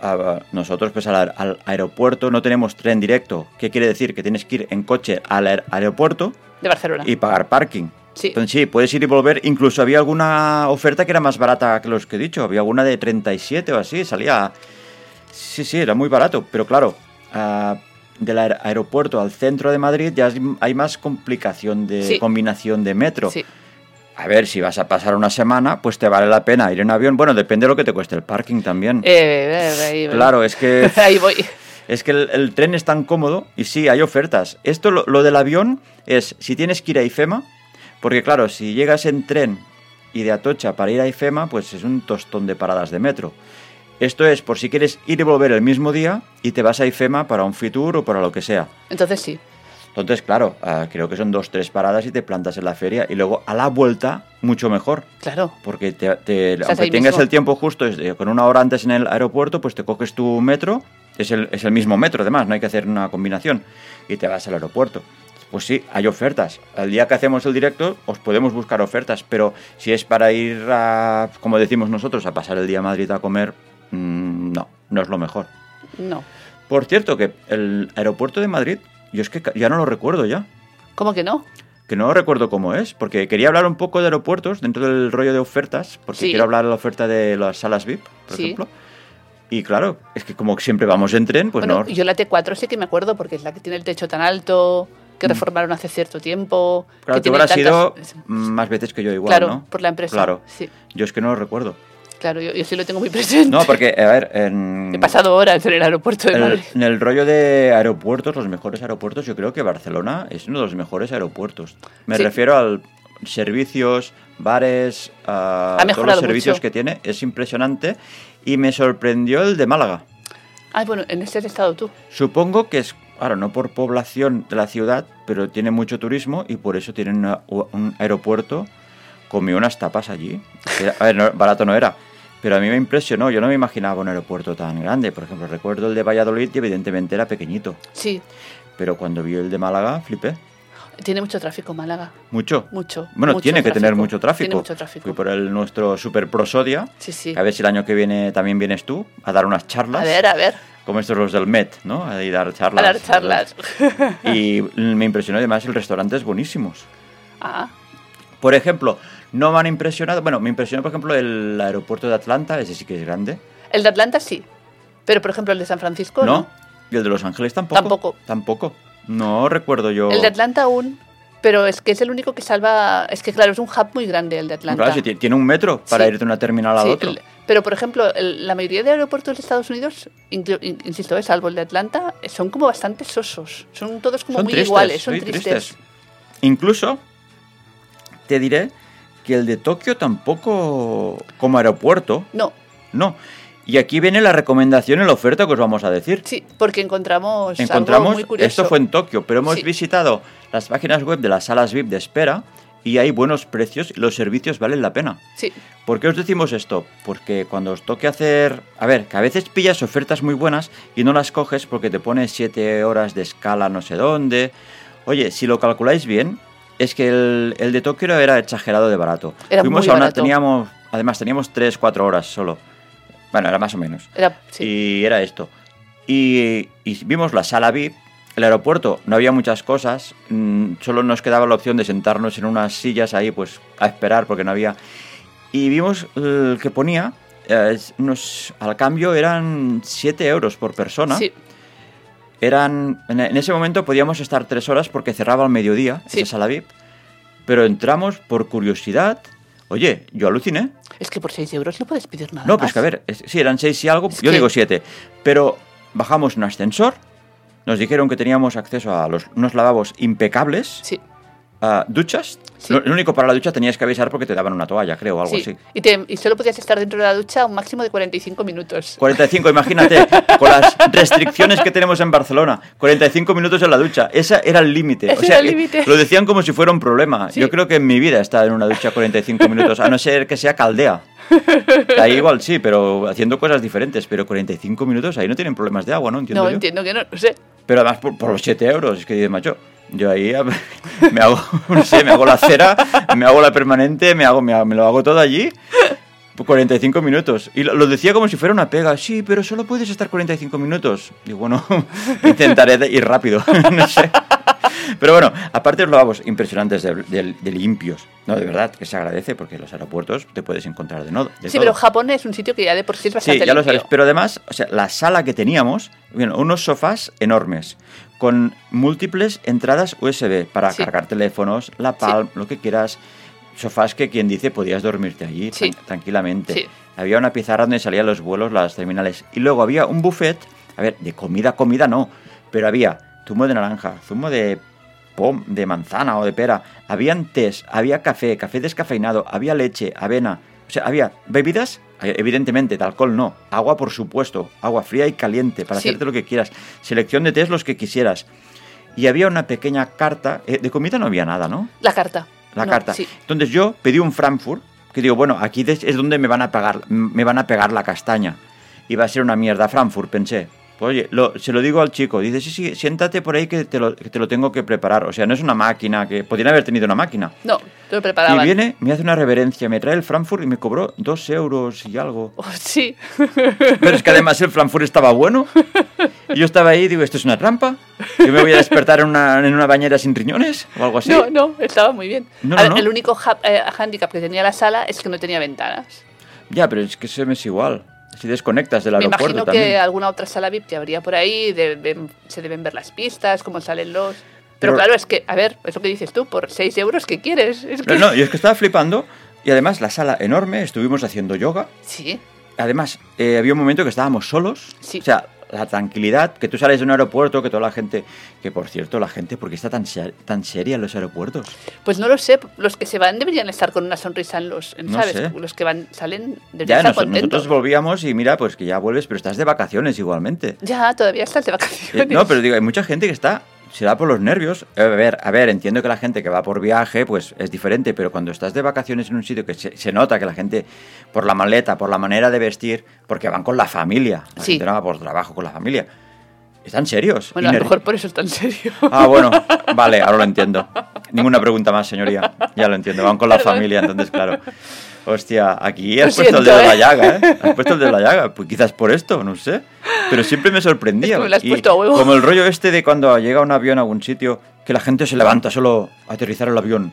[SPEAKER 2] Ah, nosotros pues al, aer- al aeropuerto no tenemos tren directo. ¿Qué quiere decir? Que tienes que ir en coche al aer- aeropuerto
[SPEAKER 3] De Barcelona.
[SPEAKER 2] y pagar parking.
[SPEAKER 3] Sí.
[SPEAKER 2] Entonces sí, puedes ir y volver. Incluso había alguna oferta que era más barata que los que he dicho. Había alguna de 37 o así. Salía... Sí, sí, era muy barato. Pero claro, ah, del aer- aeropuerto al centro de Madrid ya es- hay más complicación de
[SPEAKER 3] Sí.
[SPEAKER 2] combinación de metro.
[SPEAKER 3] Sí.
[SPEAKER 2] A ver, si vas a pasar una semana, pues te vale la pena ir en avión. Bueno, depende de lo que te cueste el parking también.
[SPEAKER 3] Eh, eh, ahí voy.
[SPEAKER 2] claro, es que,
[SPEAKER 3] Ahí voy.
[SPEAKER 2] es que el, el tren es tan cómodo y sí, hay ofertas. Esto, lo, lo del avión, es si tienes que ir a IFEMA, porque claro, si llegas en tren y de Atocha para ir a IFEMA, pues es un tostón de paradas de metro. Esto es por si quieres ir y volver el mismo día y te vas a IFEMA para un Fitur o para lo que sea.
[SPEAKER 3] Entonces sí.
[SPEAKER 2] Entonces, claro, ah, creo que son dos, tres paradas y te plantas en la feria y luego a la vuelta, mucho mejor.
[SPEAKER 3] Claro.
[SPEAKER 2] Porque te, te-
[SPEAKER 3] Estás
[SPEAKER 2] aunque
[SPEAKER 3] ahí
[SPEAKER 2] tengas
[SPEAKER 3] mismo.
[SPEAKER 2] el tiempo justo, es de- con una hora antes en el aeropuerto, pues te coges tu metro, es el, es el mismo metro además, no hay que hacer una combinación, y te vas al aeropuerto. Pues sí, hay ofertas. Al día que hacemos el directo os podemos buscar ofertas, pero si es para ir a, como decimos nosotros, a pasar el día a Madrid a comer, mm, no, no es lo mejor.
[SPEAKER 3] No.
[SPEAKER 2] Por cierto, que el aeropuerto de Madrid, yo es que ca- ya no lo recuerdo ya
[SPEAKER 3] ¿Cómo que no?
[SPEAKER 2] que no recuerdo cómo es, porque quería hablar un poco de aeropuertos dentro del rollo de ofertas, porque
[SPEAKER 3] Sí.
[SPEAKER 2] quiero hablar de la oferta de las salas VIP, por
[SPEAKER 3] Sí.
[SPEAKER 2] ejemplo. Y claro, es que como siempre vamos en tren, pues
[SPEAKER 3] bueno,
[SPEAKER 2] no.
[SPEAKER 3] yo la T4 sí que me acuerdo porque es la que tiene el techo tan alto, que reformaron hace cierto tiempo.
[SPEAKER 2] Mm. Claro,
[SPEAKER 3] que
[SPEAKER 2] tú
[SPEAKER 3] tiene
[SPEAKER 2] habrás ido
[SPEAKER 3] tantas-
[SPEAKER 2] más veces que yo igual,
[SPEAKER 3] claro,
[SPEAKER 2] ¿no?
[SPEAKER 3] por la empresa.
[SPEAKER 2] Claro.
[SPEAKER 3] Sí,
[SPEAKER 2] Yo es que no lo recuerdo.
[SPEAKER 3] claro, yo, yo sí lo tengo muy presente.
[SPEAKER 2] No, porque, a ver, en...
[SPEAKER 3] He pasado horas en el aeropuerto de
[SPEAKER 2] en el,
[SPEAKER 3] Madrid.
[SPEAKER 2] en el rollo de aeropuertos, los mejores aeropuertos, yo creo que Barcelona es uno de los mejores aeropuertos. Me
[SPEAKER 3] Sí.
[SPEAKER 2] refiero al servicios, bares, a
[SPEAKER 3] Ha
[SPEAKER 2] todos los
[SPEAKER 3] mejorado
[SPEAKER 2] servicios
[SPEAKER 3] mucho.
[SPEAKER 2] que tiene. Es impresionante. Y me sorprendió el de Málaga.
[SPEAKER 3] Ay, Ah, bueno, en ese has estado tú.
[SPEAKER 2] Supongo que es, claro, no por población de la ciudad, pero tiene mucho turismo y por eso tienen una- un aeropuerto. Comí unas tapas allí. Era- a ver, no- barato no era. Pero a mí me impresionó, yo no me imaginaba un aeropuerto tan grande. Por ejemplo, recuerdo el de Valladolid y evidentemente era pequeñito.
[SPEAKER 3] Sí,
[SPEAKER 2] Pero cuando vi el de Málaga, flipé.
[SPEAKER 3] tiene mucho tráfico Málaga.
[SPEAKER 2] Mucho.
[SPEAKER 3] Mucho.
[SPEAKER 2] Bueno,
[SPEAKER 3] mucho
[SPEAKER 2] tiene que tener
[SPEAKER 3] tráfico.
[SPEAKER 2] mucho tráfico.
[SPEAKER 3] Tiene mucho tráfico.
[SPEAKER 2] Fui por el nuestro Super Prosodia.
[SPEAKER 3] Sí, sí.
[SPEAKER 2] A ver si el año que viene también vienes tú a dar unas charlas.
[SPEAKER 3] A ver, a ver,
[SPEAKER 2] Como estos los del Met, ¿no? Ahí dar
[SPEAKER 3] a
[SPEAKER 2] charlas.
[SPEAKER 3] las charlas.
[SPEAKER 2] Y me impresionó además el restaurante es buenísimos.
[SPEAKER 3] ah,
[SPEAKER 2] Por ejemplo, no me han impresionado. Bueno, me impresionó, por ejemplo, el aeropuerto de Atlanta, ese sí que es grande.
[SPEAKER 3] el de Atlanta sí. Pero, por ejemplo, el de San Francisco no.
[SPEAKER 2] ¿No? Y el de Los Ángeles tampoco.
[SPEAKER 3] Tampoco.
[SPEAKER 2] Tampoco. No recuerdo yo.
[SPEAKER 3] El de Atlanta aún, pero es que es el único que salva... Es que, claro, es un hub muy grande el de Atlanta.
[SPEAKER 2] Claro, si ti- tiene un metro para
[SPEAKER 3] Sí.
[SPEAKER 2] ir de una terminal a
[SPEAKER 3] Sí,
[SPEAKER 2] otra.
[SPEAKER 3] el- pero, por ejemplo, el- la mayoría de aeropuertos de Estados Unidos, inclu- in- insisto, eh, salvo el de Atlanta, eh, son como bastante sosos. Son todos como muy iguales, son
[SPEAKER 2] sí,
[SPEAKER 3] tristes.
[SPEAKER 2] Incluso te diré que el de Tokio tampoco como aeropuerto,
[SPEAKER 3] No,
[SPEAKER 2] no. Y aquí viene la recomendación y la oferta que os vamos a decir.
[SPEAKER 3] sí, porque encontramos, algo
[SPEAKER 2] Encontramos,
[SPEAKER 3] muy curioso.
[SPEAKER 2] esto fue en Tokio, pero hemos
[SPEAKER 3] Sí.
[SPEAKER 2] visitado las páginas web de las salas VIP de espera y hay buenos precios y los servicios valen la pena.
[SPEAKER 3] Sí,
[SPEAKER 2] ¿Por qué os decimos esto? Porque cuando os toque hacer... A ver, que a veces pillas ofertas muy buenas y no las coges porque te pones 7 horas de escala no sé dónde. Oye, si lo calculáis bien, es que el, el de Tokio era exagerado de barato.
[SPEAKER 3] Era
[SPEAKER 2] Fuimos
[SPEAKER 3] muy
[SPEAKER 2] a una...
[SPEAKER 3] barato.
[SPEAKER 2] Teníamos, además, teníamos 3-4 horas solo. Bueno, era más o menos.
[SPEAKER 3] era... Sí.
[SPEAKER 2] Y era esto. Y, y vimos la sala VIP. El aeropuerto no había muchas cosas, mm, solo nos quedaba la opción de sentarnos en unas sillas ahí, pues a esperar porque no había. Y vimos el que ponía, eh, es unos- al cambio eran 7 euros por persona.
[SPEAKER 3] sí,
[SPEAKER 2] Eran, en, en ese momento podíamos estar 3 horas porque cerraba al mediodía
[SPEAKER 3] Sí.
[SPEAKER 2] esa sala VIP. Pero entramos por curiosidad. Oye, yo aluciné.
[SPEAKER 3] es que por 6 euros no puedes pedir nada
[SPEAKER 2] No,
[SPEAKER 3] más.
[SPEAKER 2] pues que a ver, es- sí, eran seis y algo,
[SPEAKER 3] Es
[SPEAKER 2] yo
[SPEAKER 3] que-
[SPEAKER 2] digo siete. Pero bajamos un ascensor, nos dijeron que teníamos acceso a los, unos lavabos impecables
[SPEAKER 3] Sí,
[SPEAKER 2] ah, duchas.
[SPEAKER 3] Sí.
[SPEAKER 2] Lo, lo único para la ducha tenías que avisar porque te daban una toalla, creo, o algo
[SPEAKER 3] Sí,
[SPEAKER 2] así.
[SPEAKER 3] Y, te- y solo podías estar dentro de la ducha un máximo de 45 minutos.
[SPEAKER 2] 45, imagínate, con las restricciones que tenemos en Barcelona, 45 minutos en la ducha. Ese era el límite.
[SPEAKER 3] Ese era el
[SPEAKER 2] que
[SPEAKER 3] límite.
[SPEAKER 2] Lo decían como si fuera un problema.
[SPEAKER 3] Sí.
[SPEAKER 2] Yo creo que en mi vida he estado en una ducha 45 minutos, a no ser que sea caldea. Ahí igual sí, pero haciendo cosas diferentes. Pero 45 minutos ahí no tienen problemas de agua, ¿no? Entiendo
[SPEAKER 3] No,
[SPEAKER 2] yo.
[SPEAKER 3] entiendo que no, no sé.
[SPEAKER 2] Pero además por, por los 7 euros, es que dices, macho, yo ahí a- me hago, no sé, me hago la cera, me hago la permanente, me, hago, me, ha- me lo hago todo allí. por 45 minutos. Y lo, lo decía como si fuera una pega. Sí, pero solo puedes estar 45 minutos. Digo, bueno, intentaré de ir rápido. no sé. Pero bueno, aparte los lavabos impresionantes de, de- de limpios. No, de verdad, que se agradece porque los aeropuertos te puedes encontrar de, no, de
[SPEAKER 3] Sí,
[SPEAKER 2] todo.
[SPEAKER 3] pero Japón es un sitio que ya de por sí es
[SPEAKER 2] Sí,
[SPEAKER 3] bastante
[SPEAKER 2] ya lo
[SPEAKER 3] limpio.
[SPEAKER 2] sabes. Pero además, o sea, la sala que teníamos, bueno, unos sofás enormes con múltiples entradas USB para
[SPEAKER 3] Sí.
[SPEAKER 2] cargar teléfonos, la palm, lo que quieras. Sofás que quien dice podías dormirte allí
[SPEAKER 3] Sí.
[SPEAKER 2] tran- tranquilamente.
[SPEAKER 3] Sí.
[SPEAKER 2] Había una pizarra donde salían los vuelos, las terminales. Y luego había un buffet, a ver, de comida, comida no, pero había zumo de naranja, zumo de pom, de manzana o de pera, habían tés, había café, café descafeinado, había leche, avena, o sea, había bebidas, eh, evidentemente, de alcohol no, agua por supuesto, agua fría y caliente para
[SPEAKER 3] Sí.
[SPEAKER 2] hacerte lo que quieras, selección de tés los que quisieras. Y había una pequeña carta, eh, de comida no había nada, ¿no?
[SPEAKER 3] La carta.
[SPEAKER 2] la
[SPEAKER 3] No,
[SPEAKER 2] carta.
[SPEAKER 3] Sí.
[SPEAKER 2] Entonces yo pedí un Frankfurt, que digo, bueno, aquí des- es donde me van a pagar, me van a pegar la castaña. Y va a ser una mierda Frankfurt, pensé. Pues, oye, lo- se lo digo al chico, dice, sí, sí, siéntate por ahí que te, lo, que te lo tengo que preparar. O sea, no es una máquina, que podrían haber tenido una máquina.
[SPEAKER 3] No, te lo preparaban.
[SPEAKER 2] Y viene, me hace una reverencia, me trae el Frankfurt y me cobró dos euros y algo.
[SPEAKER 3] Oh, sí.
[SPEAKER 2] ¿Ah, Pero es que además el Frankfurt estaba bueno. Y yo estaba ahí y digo, ¿esto es una trampa? ¿Yo me voy a despertar en una, en una bañera sin riñones o algo así?
[SPEAKER 3] No, no, estaba muy bien.
[SPEAKER 2] No,
[SPEAKER 3] A ver,
[SPEAKER 2] no, no.
[SPEAKER 3] El único ha- eh, handicap que tenía la sala es que no tenía ventanas.
[SPEAKER 2] Ya, pero es que se me es igual. Si desconectas del
[SPEAKER 3] Me
[SPEAKER 2] aeropuerto
[SPEAKER 3] imagino
[SPEAKER 2] también.
[SPEAKER 3] que alguna otra sala VIP que habría por ahí, deben- se deben ver las pistas, cómo salen los... Pero,
[SPEAKER 2] Pero-
[SPEAKER 3] claro, es que, a ver, es lo que dices tú, por 6 euros, ¿qué quieres? Es que...
[SPEAKER 2] No, no, yo es que estaba flipando. Y además, la sala enorme, estuvimos haciendo yoga.
[SPEAKER 3] Sí,
[SPEAKER 2] Además, eh, había un momento que estábamos solos.
[SPEAKER 3] Sí.
[SPEAKER 2] O sea, la tranquilidad, que tú sales de un aeropuerto, que toda la gente. Que por cierto, la gente, ¿por qué está tan, ser- tan seria en los aeropuertos?
[SPEAKER 3] pues no lo sé, los que se van deberían estar con una sonrisa en los... en-
[SPEAKER 2] No
[SPEAKER 3] ¿Sabes?
[SPEAKER 2] sé.
[SPEAKER 3] Los que van, salen, deberían
[SPEAKER 2] Ya,
[SPEAKER 3] estar
[SPEAKER 2] nos-
[SPEAKER 3] contentos.
[SPEAKER 2] nosotros volvíamos y mira, pues que ya vuelves, pero estás de vacaciones igualmente.
[SPEAKER 3] Ya, todavía estás de
[SPEAKER 2] Eh,
[SPEAKER 3] vacaciones.
[SPEAKER 2] no, pero digo, hay mucha gente que está. Se da por los nervios. Eh, A ver, a ver, entiendo que la gente que va por viaje, pues es diferente, pero cuando estás de vacaciones en un sitio que se, se nota que la gente, por la maleta, por la manera de vestir, porque van con la familia, la
[SPEAKER 3] Sí.
[SPEAKER 2] gente no va por trabajo con la familia, están serios. Y
[SPEAKER 3] Bueno, a lo
[SPEAKER 2] ner-
[SPEAKER 3] mejor por eso es tan serio.
[SPEAKER 2] Ah, bueno, vale, ahora lo entiendo. Ninguna pregunta más, señoría. Ya lo entiendo, van con la
[SPEAKER 3] Perdón.
[SPEAKER 2] familia, entonces, claro. Hostia, aquí has
[SPEAKER 3] Lo
[SPEAKER 2] puesto el dedo
[SPEAKER 3] siento,
[SPEAKER 2] en la
[SPEAKER 3] ¿eh?
[SPEAKER 2] llaga, ¿eh? Has puesto el dedo en la llaga, pues quizás por esto, no sé. Pero siempre me sorprendía.
[SPEAKER 3] Es que me lo has
[SPEAKER 2] Y
[SPEAKER 3] puesto a huevo.
[SPEAKER 2] Como el rollo este de cuando llega un avión a algún sitio, que la gente se levanta solo a aterrizar el avión.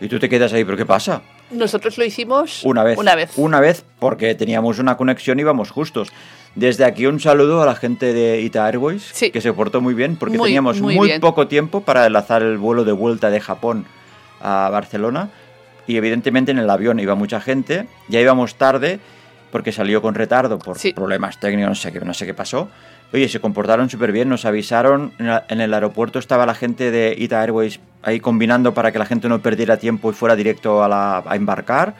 [SPEAKER 2] Y tú te quedas ahí, ¿pero qué pasa?
[SPEAKER 3] Nosotros lo hicimos
[SPEAKER 2] Una vez.
[SPEAKER 3] Una vez.
[SPEAKER 2] Una vez, porque teníamos una conexión y íbamos justos. Desde aquí un saludo a la gente de Ita Airways,
[SPEAKER 3] Sí.
[SPEAKER 2] que se portó muy bien, porque
[SPEAKER 3] Muy,
[SPEAKER 2] teníamos
[SPEAKER 3] muy
[SPEAKER 2] muy,
[SPEAKER 3] bien.
[SPEAKER 2] poco tiempo para enlazar el vuelo de vuelta de Japón a Barcelona. Y evidentemente en el avión iba mucha gente, ya íbamos tarde, porque salió con retardo por
[SPEAKER 3] Sí.
[SPEAKER 2] problemas técnicos, no sé qué, no sé qué pasó. Oye, se comportaron súper bien, nos avisaron, en la- en el aeropuerto estaba la gente de Ita Airways ahí combinando para que la gente no perdiera tiempo y fuera directo a, la- a embarcar.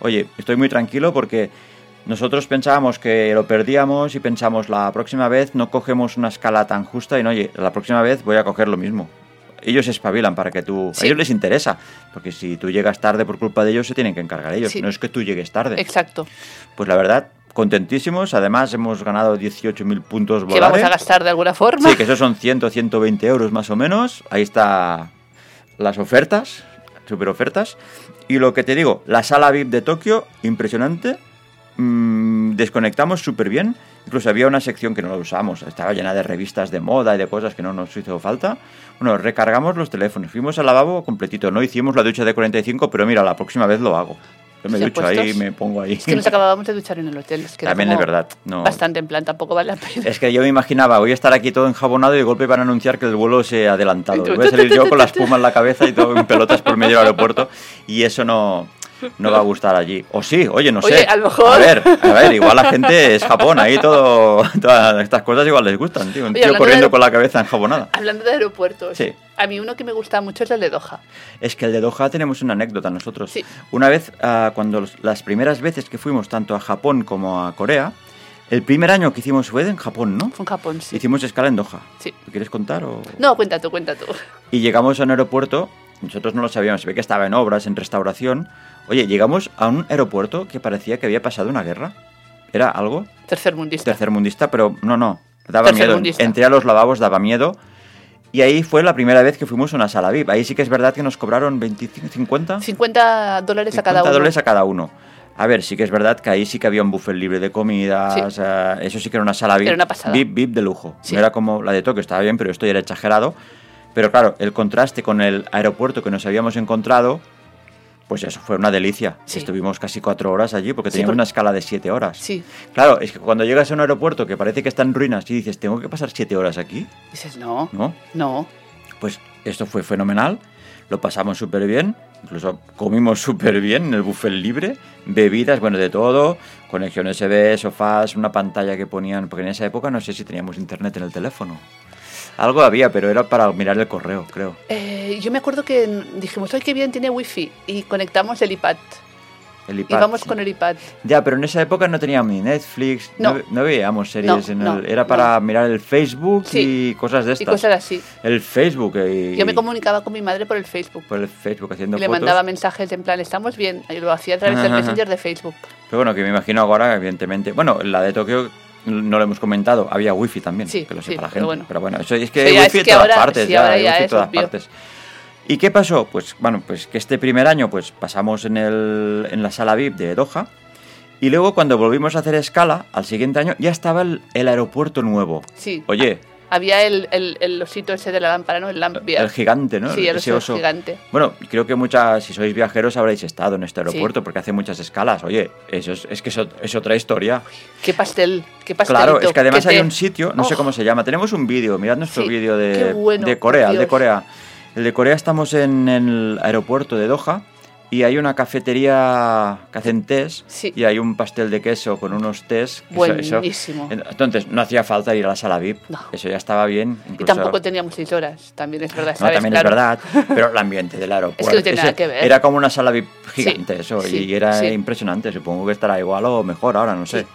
[SPEAKER 2] Oye, estoy muy tranquilo porque nosotros pensábamos que lo perdíamos y pensamos la próxima vez no cogemos una escala tan justa y no, oye, la próxima vez voy a coger lo mismo. Ellos se espabilan para que tú...
[SPEAKER 3] Sí.
[SPEAKER 2] A ellos les interesa, porque si tú llegas tarde por culpa de ellos, se tienen que encargar ellos.
[SPEAKER 3] Sí.
[SPEAKER 2] No es que tú llegues tarde.
[SPEAKER 3] Exacto.
[SPEAKER 2] Pues la verdad, contentísimos. Además, hemos ganado 18.000 puntos
[SPEAKER 3] Que vamos
[SPEAKER 2] volares.
[SPEAKER 3] a gastar de alguna forma.
[SPEAKER 2] Sí, que esos son 100 o 120 euros más o menos. Ahí está las ofertas, super ofertas. Y lo que te digo, la sala VIP de Tokio, impresionante. Mm, desconectamos súper bien. Incluso había una sección que no la usamos. Estaba llena de revistas de moda y de cosas que no nos hizo falta. Bueno, recargamos los teléfonos. Fuimos al lavabo completito. No hicimos la ducha de 45, pero mira, la próxima vez lo hago. Yo me
[SPEAKER 3] Ya
[SPEAKER 2] ducho
[SPEAKER 3] puestos.
[SPEAKER 2] ahí, me pongo ahí.
[SPEAKER 3] Es que nos acabábamos de duchar en el hotel. Es que era
[SPEAKER 2] También
[SPEAKER 3] como
[SPEAKER 2] es verdad, no.
[SPEAKER 3] Bastante en plan, tampoco vale la pena.
[SPEAKER 2] Es que yo me imaginaba, voy a estar aquí todo enjabonado y de golpe van a anunciar que el vuelo se ha adelantado.
[SPEAKER 3] Y tú,
[SPEAKER 2] Y voy a salir yo con la espuma en la cabeza y todo en pelotas por medio del aeropuerto. Y eso no, no va a gustar allí. O sí, oye, no
[SPEAKER 3] Oye,
[SPEAKER 2] sé.
[SPEAKER 3] a lo mejor.
[SPEAKER 2] A ver, a ver, igual la gente es Japón, ahí todo, todas estas cosas igual les gustan, tío. Un
[SPEAKER 3] Oye,
[SPEAKER 2] tío
[SPEAKER 3] hablando
[SPEAKER 2] corriendo
[SPEAKER 3] de-
[SPEAKER 2] con la cabeza enjabonada.
[SPEAKER 3] Hablando de aeropuertos,
[SPEAKER 2] Sí.
[SPEAKER 3] a mí uno que me gusta mucho es el de Doha.
[SPEAKER 2] Es que el de Doha tenemos una anécdota nosotros.
[SPEAKER 3] Sí.
[SPEAKER 2] Una vez, ah, cuando los- las primeras veces que fuimos tanto a Japón como a Corea, el primer año que hicimos fue en Japón, ¿no?
[SPEAKER 3] Fue en Japón, sí.
[SPEAKER 2] Hicimos escala en Doha.
[SPEAKER 3] Sí.
[SPEAKER 2] ¿Lo quieres contar o...?
[SPEAKER 3] No, cuenta tú, cuenta tú.
[SPEAKER 2] Y llegamos a un aeropuerto, nosotros no lo sabíamos, se ve que estaba en obras, en restauración. Oye, llegamos a un aeropuerto que parecía que había pasado una guerra. Era algo
[SPEAKER 3] Tercer mundista.
[SPEAKER 2] tercermundista, pero no, no, daba miedo.
[SPEAKER 3] Tercermundista.
[SPEAKER 2] Entré a los lavabos, daba miedo. Y ahí fue la primera vez que fuimos a una sala VIP. Ahí sí que es verdad que nos cobraron 25, 50,
[SPEAKER 3] 50 dólares a
[SPEAKER 2] 50
[SPEAKER 3] cada uno.
[SPEAKER 2] dólares a cada uno. A ver, sí que es verdad que ahí sí que había un buffet libre de comidas,
[SPEAKER 3] Sí.
[SPEAKER 2] eh, eso sí que era una sala VIP,
[SPEAKER 3] Era una pasada.
[SPEAKER 2] VIP, VIP de lujo.
[SPEAKER 3] Sí.
[SPEAKER 2] No era como la de Tokio, estaba bien, pero esto ya era exagerado. Pero claro, el contraste con el aeropuerto que nos habíamos encontrado, pues eso fue una delicia.
[SPEAKER 3] Sí.
[SPEAKER 2] Estuvimos casi cuatro horas allí porque
[SPEAKER 3] Sí,
[SPEAKER 2] teníamos
[SPEAKER 3] porque-
[SPEAKER 2] una escala de siete horas.
[SPEAKER 3] Sí.
[SPEAKER 2] Claro, es que cuando llegas a un aeropuerto que parece que está en ruinas y dices, tengo que pasar siete horas aquí,
[SPEAKER 3] Dices, no,
[SPEAKER 2] ¿no?
[SPEAKER 3] no.
[SPEAKER 2] Pues esto fue fenomenal, lo pasamos súper bien, incluso comimos súper bien en el buffet libre, bebidas, bueno, de todo, conexión USB, sofás, una pantalla que ponían, porque en esa época no sé si teníamos internet en el teléfono. Algo había, pero era para mirar el correo, creo.
[SPEAKER 3] Eh, yo me acuerdo que dijimos, ay, qué bien, tiene wifi. Y conectamos el iPad.
[SPEAKER 2] El
[SPEAKER 3] Y
[SPEAKER 2] iPad.
[SPEAKER 3] vamos con el iPad.
[SPEAKER 2] Ya, pero en esa época no teníamos ni Netflix, no,
[SPEAKER 3] No.
[SPEAKER 2] ve- no veíamos series,
[SPEAKER 3] No,
[SPEAKER 2] en
[SPEAKER 3] no,
[SPEAKER 2] el- era para mirar el Facebook
[SPEAKER 3] Sí.
[SPEAKER 2] y cosas de
[SPEAKER 3] Y
[SPEAKER 2] estas.
[SPEAKER 3] cosas así.
[SPEAKER 2] El Facebook. eh, Y...
[SPEAKER 3] Yo me comunicaba con mi madre por el Facebook.
[SPEAKER 2] por el Facebook haciendo
[SPEAKER 3] Y le
[SPEAKER 2] fotos.
[SPEAKER 3] mandaba mensajes en plan, estamos bien. Y lo hacía a través del
[SPEAKER 2] Ajá, ajá.
[SPEAKER 3] Messenger de Facebook.
[SPEAKER 2] Pero bueno, que me imagino ahora, evidentemente. Bueno, la de Tokio no lo hemos comentado, había wifi también,
[SPEAKER 3] Sí,
[SPEAKER 2] que lo
[SPEAKER 3] sí,
[SPEAKER 2] sepa la
[SPEAKER 3] pero
[SPEAKER 2] gente. Pero bueno.
[SPEAKER 3] bueno.
[SPEAKER 2] eso es que
[SPEAKER 3] Sí,
[SPEAKER 2] hay
[SPEAKER 3] ya,
[SPEAKER 2] wifi
[SPEAKER 3] es
[SPEAKER 2] en
[SPEAKER 3] que
[SPEAKER 2] todas
[SPEAKER 3] ahora-
[SPEAKER 2] partes,
[SPEAKER 3] sí,
[SPEAKER 2] ya,
[SPEAKER 3] ahora
[SPEAKER 2] hay
[SPEAKER 3] ya
[SPEAKER 2] wifi en
[SPEAKER 3] es
[SPEAKER 2] todas
[SPEAKER 3] obvio.
[SPEAKER 2] partes. ¿Y qué pasó? Pues bueno, pues que este primer año pues pasamos en, el, en la sala VIP de Doha y luego cuando volvimos a hacer escala, al siguiente año ya estaba el, el aeropuerto nuevo.
[SPEAKER 3] Sí.
[SPEAKER 2] Oye,
[SPEAKER 3] Había el, el, el osito ese de la lámpara, ¿no? El lampia.
[SPEAKER 2] el gigante, ¿no?
[SPEAKER 3] Ah, Sí, el
[SPEAKER 2] Ese
[SPEAKER 3] oso
[SPEAKER 2] oso.
[SPEAKER 3] gigante.
[SPEAKER 2] Bueno, creo que muchas, si sois viajeros, habréis estado en este
[SPEAKER 3] Sí.
[SPEAKER 2] aeropuerto porque hace muchas escalas. Oye, eso es, es que eso- es otra historia.
[SPEAKER 3] Qué pastel, qué pastelito.
[SPEAKER 2] Claro, es que además
[SPEAKER 3] qué
[SPEAKER 2] hay
[SPEAKER 3] té.
[SPEAKER 2] un sitio, no sé
[SPEAKER 3] Oh,
[SPEAKER 2] cómo se llama, tenemos un vídeo, mirad nuestro
[SPEAKER 3] Sí,
[SPEAKER 2] vídeo
[SPEAKER 3] qué
[SPEAKER 2] de,
[SPEAKER 3] bueno,
[SPEAKER 2] de Corea, el de
[SPEAKER 3] Dios.
[SPEAKER 2] Corea. El de Corea estamos en, el aeropuerto de Doha y hay una cafetería que hacen tés
[SPEAKER 3] Sí.
[SPEAKER 2] y hay un pastel de queso con unos tés. que eso- eso-
[SPEAKER 3] Buenísimo.
[SPEAKER 2] Entonces, no hacía falta ir a la sala VIP,
[SPEAKER 3] No.
[SPEAKER 2] eso ya estaba bien.
[SPEAKER 3] Y
[SPEAKER 2] incluso-
[SPEAKER 3] tampoco teníamos seis horas, también es verdad,
[SPEAKER 2] no,
[SPEAKER 3] ¿sabes?
[SPEAKER 2] también
[SPEAKER 3] Claro.
[SPEAKER 2] es verdad, pero el ambiente del aeropuerto.
[SPEAKER 3] Es que no tiene nada
[SPEAKER 2] ese-
[SPEAKER 3] que ver.
[SPEAKER 2] Era como una sala VIP gigante,
[SPEAKER 3] Sí,
[SPEAKER 2] eso,
[SPEAKER 3] sí,
[SPEAKER 2] y era
[SPEAKER 3] sí.
[SPEAKER 2] impresionante. Supongo que estará igual o mejor ahora, no sé.
[SPEAKER 3] Sí.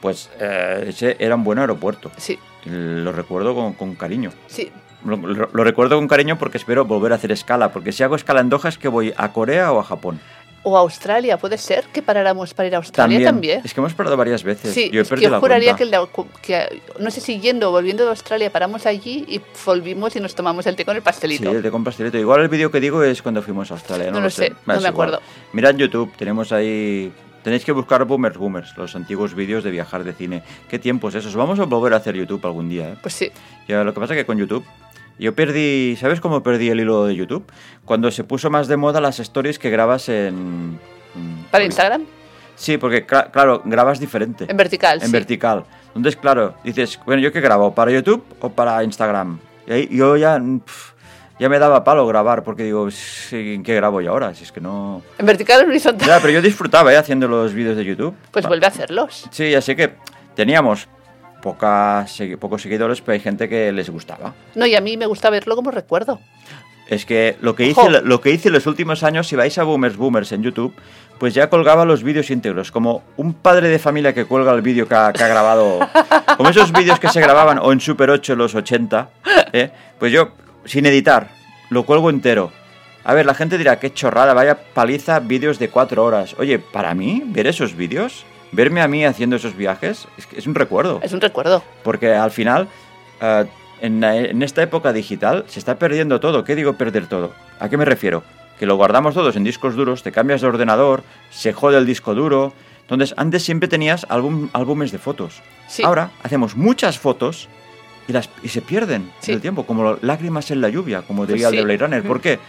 [SPEAKER 2] Pues eh, ese era un buen aeropuerto.
[SPEAKER 3] Sí,
[SPEAKER 2] Lo recuerdo con, con cariño.
[SPEAKER 3] sí.
[SPEAKER 2] Lo, lo- lo recuerdo con cariño porque espero volver a hacer escala. Porque si hago escala en Doha es que voy a Corea o a Japón.
[SPEAKER 3] O Australia, puede ser que paráramos para ir a Australia también.
[SPEAKER 2] Es que hemos parado varias veces.
[SPEAKER 3] Sí,
[SPEAKER 2] yo he
[SPEAKER 3] es que
[SPEAKER 2] perdido la
[SPEAKER 3] juraría
[SPEAKER 2] cuenta.
[SPEAKER 3] que, la- que- no sé si yendo o volviendo de Australia paramos allí y volvimos y nos tomamos el té con el
[SPEAKER 2] Sí,
[SPEAKER 3] pastelito.
[SPEAKER 2] el de con pastelito. Igual el vídeo que digo es cuando fuimos a Australia. No,
[SPEAKER 3] No lo
[SPEAKER 2] Me
[SPEAKER 3] sé, no
[SPEAKER 2] es
[SPEAKER 3] me
[SPEAKER 2] igual.
[SPEAKER 3] acuerdo.
[SPEAKER 2] Mirad YouTube, tenemos ahí... Tenéis que buscar Boomers Boomers, los antiguos vídeos de viajar de cine. ¿Qué tiempos esos? Vamos a volver a hacer YouTube algún día, ¿eh?
[SPEAKER 3] Pues sí,
[SPEAKER 2] Ya, lo que pasa es que con YouTube... Yo perdí... ¿Sabes cómo perdí el hilo de YouTube? Cuando se puso más de moda las stories que grabas en... en-
[SPEAKER 3] para Instagram,
[SPEAKER 2] Sí, porque cla- claro, grabas diferente.
[SPEAKER 3] en vertical.
[SPEAKER 2] En
[SPEAKER 3] sí.
[SPEAKER 2] vertical. Entonces, claro, dices, bueno, ¿yo qué grabo? ¿Para YouTube o para Instagram? Y ahí yo ya, mm, pf, ya me daba palo grabar, porque digo, "Sí, ¿en qué grabo yo ahora? Si es que no...
[SPEAKER 3] En vertical o horizontal.
[SPEAKER 2] Ya, pero yo disfrutaba ¿eh? haciendo los vídeos de YouTube.
[SPEAKER 3] Pues
[SPEAKER 2] Va-
[SPEAKER 3] vuelve a hacerlos.
[SPEAKER 2] Sí, así que teníamos pocas, segui- pocos seguidores, pero hay gente que les gustaba.
[SPEAKER 3] No, y a mí me gusta verlo como recuerdo.
[SPEAKER 2] Es que lo que
[SPEAKER 3] Ojo.
[SPEAKER 2] hice, lo que hice en los últimos años, si vais a Boomers Boomers en YouTube, pues ya colgaba los vídeos íntegros, como un padre de familia que cuelga el vídeo que ha, que ha grabado, como esos vídeos que se grababan o en Super 8 en los 80, ¿eh? pues yo, sin editar, lo cuelgo entero. A ver, la gente dirá, qué chorrada, vaya paliza, vídeos de cuatro horas. Oye, para mí, ver esos vídeos, verme a mí haciendo esos viajes, es, que es un recuerdo.
[SPEAKER 3] Es un recuerdo.
[SPEAKER 2] Porque al final, eh, en, la- en esta época digital, se está perdiendo todo. ¿Qué digo perder todo? ¿A qué me refiero? Que lo guardamos todos en discos duros, te cambias de ordenador, se jode el disco duro. Entonces, antes siempre tenías álbum- álbumes de fotos.
[SPEAKER 3] Sí.
[SPEAKER 2] Ahora hacemos muchas fotos y, las, y se pierden
[SPEAKER 3] Sí.
[SPEAKER 2] en el tiempo, como lo- lágrimas en la lluvia, como
[SPEAKER 3] Pues
[SPEAKER 2] diría
[SPEAKER 3] sí.
[SPEAKER 2] el de Blade Runner. ¿Por qué?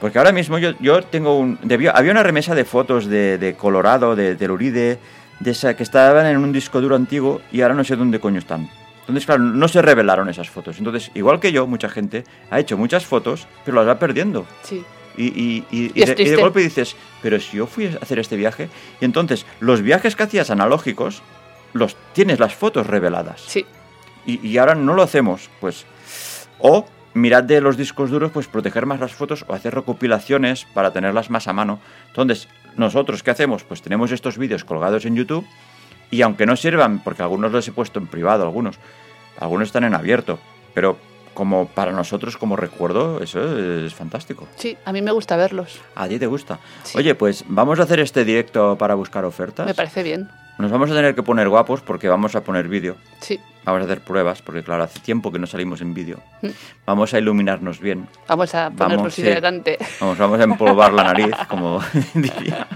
[SPEAKER 2] Porque ahora mismo yo, yo tengo un... debió- había una remesa de fotos de, de Colorado, de, de Luride, de esa, que estaban en un disco duro antiguo y ahora no sé dónde coño están. Entonces, claro, no se revelaron esas fotos. Entonces, igual que yo, mucha gente ha hecho muchas fotos, pero las va perdiendo.
[SPEAKER 3] Sí.
[SPEAKER 2] Y, y- y-
[SPEAKER 3] Y es
[SPEAKER 2] de- de,
[SPEAKER 3] triste.
[SPEAKER 2] golpe dices, pero si yo fui a hacer este viaje. Y entonces, los viajes que hacías analógicos, los tienes las fotos reveladas.
[SPEAKER 3] Sí,
[SPEAKER 2] Y, y ahora no lo hacemos, pues. O mirad de los discos duros, pues proteger más las fotos o hacer recopilaciones para tenerlas más a mano. Entonces, nosotros, ¿qué hacemos? Pues tenemos estos vídeos colgados en YouTube y aunque no sirvan, porque algunos los he puesto en privado, algunos, algunos están en abierto, pero como para nosotros, como recuerdo, eso es fantástico.
[SPEAKER 3] sí, a mí me gusta verlos.
[SPEAKER 2] A ti te gusta.
[SPEAKER 3] Sí.
[SPEAKER 2] Oye, pues vamos a hacer este directo para buscar ofertas.
[SPEAKER 3] Me parece bien.
[SPEAKER 2] Nos vamos a tener que poner guapos porque vamos a poner vídeo.
[SPEAKER 3] Sí,
[SPEAKER 2] Vamos a hacer pruebas, porque claro, hace tiempo que no salimos en vídeo.
[SPEAKER 3] Mm.
[SPEAKER 2] Vamos a iluminarnos bien.
[SPEAKER 3] vamos a ponernos
[SPEAKER 2] sí. Ah,
[SPEAKER 3] hidratantes.
[SPEAKER 2] Vamos, vamos a empolvar la nariz, como diría.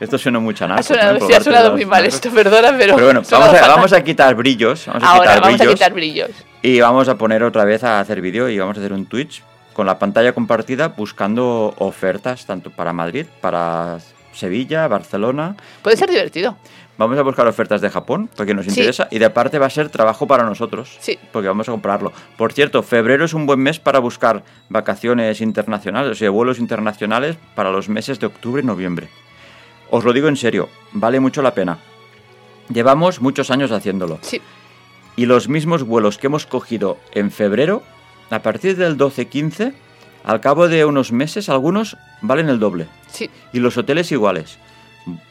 [SPEAKER 2] Esto suena mucho a narco,
[SPEAKER 3] Ha
[SPEAKER 2] ¿no?
[SPEAKER 3] sonado, sí, ha
[SPEAKER 2] Empolvarte
[SPEAKER 3] sonado
[SPEAKER 2] las-
[SPEAKER 3] muy mal esto, perdona, pero.
[SPEAKER 2] Pero bueno,
[SPEAKER 3] ha sonado
[SPEAKER 2] vamos a,
[SPEAKER 3] fatal.
[SPEAKER 2] vamos a quitar brillos. Vamos a
[SPEAKER 3] Ahora
[SPEAKER 2] quitar
[SPEAKER 3] vamos
[SPEAKER 2] brillos.
[SPEAKER 3] a quitar brillos.
[SPEAKER 2] Y vamos a poner otra vez a hacer vídeo y vamos a hacer un Twitch con la pantalla compartida buscando ofertas tanto para Madrid, para Sevilla, Barcelona.
[SPEAKER 3] Puede ser divertido.
[SPEAKER 2] Vamos a buscar ofertas de Japón, porque nos
[SPEAKER 3] Sí.
[SPEAKER 2] interesa, y de parte va a ser trabajo para nosotros,
[SPEAKER 3] Sí.
[SPEAKER 2] porque vamos a comprarlo. Por cierto, febrero es un buen mes para buscar vacaciones internacionales, o sea, vuelos internacionales para los meses de octubre y noviembre. Os lo digo en serio, vale mucho la pena. Llevamos muchos años haciéndolo,
[SPEAKER 3] Sí,
[SPEAKER 2] y los mismos vuelos que hemos cogido en febrero, a partir del 12-15, al cabo de unos meses, algunos valen el doble.
[SPEAKER 3] sí,
[SPEAKER 2] Y los hoteles iguales.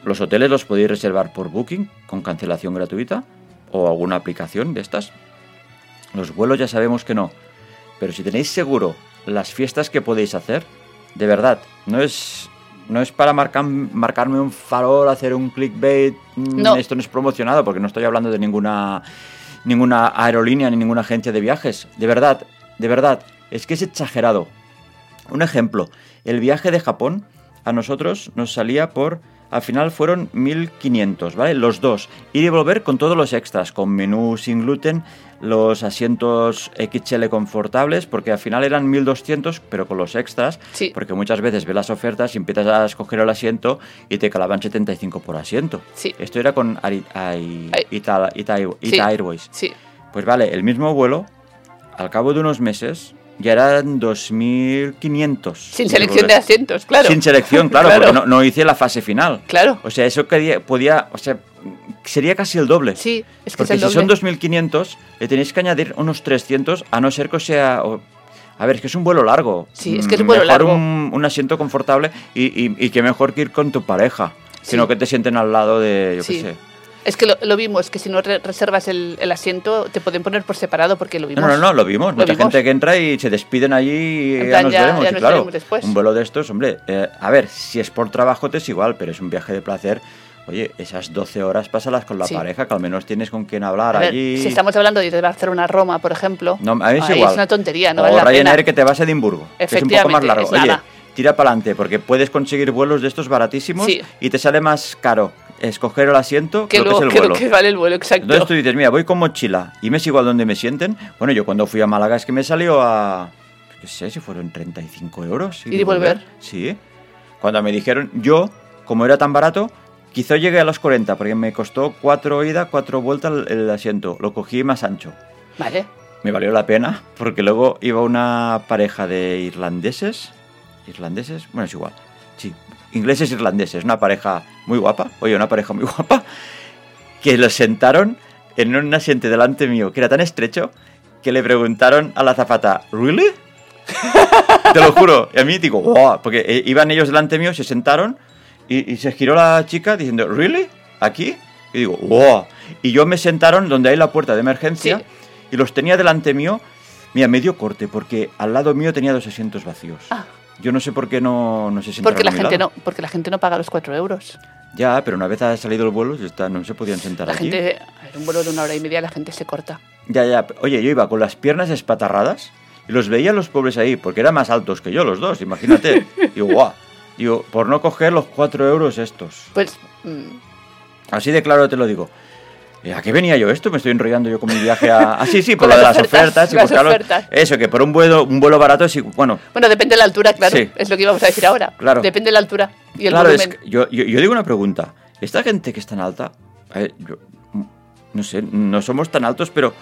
[SPEAKER 2] Los hoteles los podéis reservar por Booking con cancelación gratuita o alguna aplicación de estas. Los vuelos ya sabemos que no. Pero si tenéis seguro las fiestas que podéis hacer, de verdad, no es, no es para marcar- marcarme un farol, hacer un clickbait. mm,
[SPEAKER 3] No.
[SPEAKER 2] Esto no es promocionado porque no estoy hablando de ninguna, ninguna aerolínea ni ninguna agencia de viajes. De verdad, de verdad, es que es exagerado. Un ejemplo, el viaje de Japón a nosotros nos salía por, al final fueron 1500, ¿vale? Los dos. Ir y volver con todos los extras, con menú sin gluten, los asientos XL confortables, porque al final eran 1200, pero con los extras,
[SPEAKER 3] Sí.
[SPEAKER 2] porque muchas veces ves las ofertas y empiezas a escoger el asiento y te calaban 75 por asiento.
[SPEAKER 3] Sí.
[SPEAKER 2] Esto era con Ari- Ai-
[SPEAKER 3] Ai-
[SPEAKER 2] Ita- Ita-
[SPEAKER 3] Sí.
[SPEAKER 2] Ita Airways.
[SPEAKER 3] sí.
[SPEAKER 2] Pues vale, el mismo vuelo, al cabo de unos meses, ya eran 2.500.
[SPEAKER 3] Sin selección de asientos, claro.
[SPEAKER 2] Sin selección, claro,
[SPEAKER 3] Claro.
[SPEAKER 2] porque no, no hice la fase final.
[SPEAKER 3] Claro.
[SPEAKER 2] O sea, eso que podía, o sea, sería casi el doble.
[SPEAKER 3] Sí, es que
[SPEAKER 2] Porque
[SPEAKER 3] es el
[SPEAKER 2] si
[SPEAKER 3] doble.
[SPEAKER 2] son 2.500, le tenéis que añadir unos 300, a no ser que sea... o- a ver, es que es un vuelo largo.
[SPEAKER 3] Sí, es que es un
[SPEAKER 2] Mm,
[SPEAKER 3] vuelo
[SPEAKER 2] mejor
[SPEAKER 3] largo.
[SPEAKER 2] Un, un asiento confortable y, y, y que mejor que ir con tu pareja,
[SPEAKER 3] Sí.
[SPEAKER 2] sino que te sienten al lado de, yo
[SPEAKER 3] Sí.
[SPEAKER 2] qué sé.
[SPEAKER 3] Es que lo, lo vimos, que si no re- reservas el, el asiento, te pueden poner por separado porque lo vimos.
[SPEAKER 2] No, no, no, lo vimos.
[SPEAKER 3] Lo
[SPEAKER 2] Mucha
[SPEAKER 3] vimos.
[SPEAKER 2] gente que entra y se despiden allí y
[SPEAKER 3] En
[SPEAKER 2] ya
[SPEAKER 3] plan,
[SPEAKER 2] nos
[SPEAKER 3] ya-
[SPEAKER 2] veremos.
[SPEAKER 3] ya
[SPEAKER 2] y
[SPEAKER 3] nos
[SPEAKER 2] claro,
[SPEAKER 3] veremos después.
[SPEAKER 2] un vuelo de estos, hombre, eh, a ver, si es por trabajo te es igual, pero es un viaje de placer. Oye, esas 12 horas pásalas con la
[SPEAKER 3] Sí.
[SPEAKER 2] pareja, que al menos tienes con quien hablar
[SPEAKER 3] A ver,
[SPEAKER 2] allí.
[SPEAKER 3] si estamos hablando de Barcelona a Roma, por ejemplo,
[SPEAKER 2] No, a mí es
[SPEAKER 3] ahí
[SPEAKER 2] igual.
[SPEAKER 3] es una tontería, no
[SPEAKER 2] o
[SPEAKER 3] vale la
[SPEAKER 2] Ryanair
[SPEAKER 3] pena.
[SPEAKER 2] que te vas a Edimburgo. que Es un poco más
[SPEAKER 3] Efectivamente,
[SPEAKER 2] largo.
[SPEAKER 3] es
[SPEAKER 2] Oye,
[SPEAKER 3] nada.
[SPEAKER 2] tira para adelante, porque puedes conseguir vuelos de estos baratísimos
[SPEAKER 3] Sí.
[SPEAKER 2] y te sale más caro escoger el asiento que
[SPEAKER 3] Que
[SPEAKER 2] lo
[SPEAKER 3] luego
[SPEAKER 2] que es el
[SPEAKER 3] creo
[SPEAKER 2] vuelo.
[SPEAKER 3] que vale el vuelo, exacto.
[SPEAKER 2] Entonces tú dices, mira, voy con mochila y me es igual donde me sienten. Bueno, yo cuando fui a Málaga es que me salió a. No sé si fueron 35 euros.
[SPEAKER 3] Ir y volver.
[SPEAKER 2] Sí. Cuando me dijeron, yo, como era tan barato, quizá llegué a los 40, porque me costó 4 ida, 4 vueltas el- el asiento. Lo cogí más ancho.
[SPEAKER 3] Vale,
[SPEAKER 2] Me valió la pena, porque luego iba una pareja de irlandeses. ¿Irlandeses? Bueno, es igual. Sí, ingleses irlandeses. Una pareja muy guapa. Oye, una pareja muy guapa. Que los sentaron en un asiento delante mío, que era tan estrecho, que le preguntaron a la azafata, ¿Really? Te lo juro. Y a mí digo, wow, porque eh, iban ellos delante mío, se sentaron y, y se giró la chica diciendo, ¿Really? ¿Aquí? Y digo, wow. Y yo me sentaron donde hay la puerta de emergencia
[SPEAKER 3] Sí.
[SPEAKER 2] y los tenía delante mío, mira, medio corte, porque al lado mío tenía dos asientos vacíos.
[SPEAKER 3] Ah.
[SPEAKER 2] Yo no sé por qué no, no se sentaron
[SPEAKER 3] porque la
[SPEAKER 2] a mi
[SPEAKER 3] gente no,
[SPEAKER 2] lado.
[SPEAKER 3] porque la gente no paga los 4 euros.
[SPEAKER 2] Ya, pero una vez ha salido el vuelo, ya está, no se podían sentar
[SPEAKER 3] La
[SPEAKER 2] allí.
[SPEAKER 3] gente, a ver, un vuelo de una hora y media, la gente se corta.
[SPEAKER 2] Ya, ya. Oye, yo iba con las piernas espatarradas y los veía a los pobres ahí, porque eran más altos que yo los dos, imagínate. Digo, guau. Digo, por no coger los cuatro euros estos.
[SPEAKER 3] Pues mm,
[SPEAKER 2] Así de claro te lo digo. Eh, ¿A qué venía yo esto? Me estoy enrollando yo con mi viaje a... Ah, sí, sí, por
[SPEAKER 3] Con
[SPEAKER 2] lo de
[SPEAKER 3] las
[SPEAKER 2] las
[SPEAKER 3] ofertas,
[SPEAKER 2] ofertas. y
[SPEAKER 3] las
[SPEAKER 2] buscarlo-
[SPEAKER 3] ofertas.
[SPEAKER 2] Eso, que por un vuelo, un vuelo barato, sí, bueno,
[SPEAKER 3] bueno, depende de la altura, claro,
[SPEAKER 2] Sí.
[SPEAKER 3] es lo que íbamos a decir ahora.
[SPEAKER 2] Claro.
[SPEAKER 3] Depende de la altura y el
[SPEAKER 2] claro, es
[SPEAKER 3] volumen.
[SPEAKER 2] que yo, yo- yo digo una pregunta. Esta gente que es tan alta, a ver, yo, mm, no sé, no somos tan altos, pero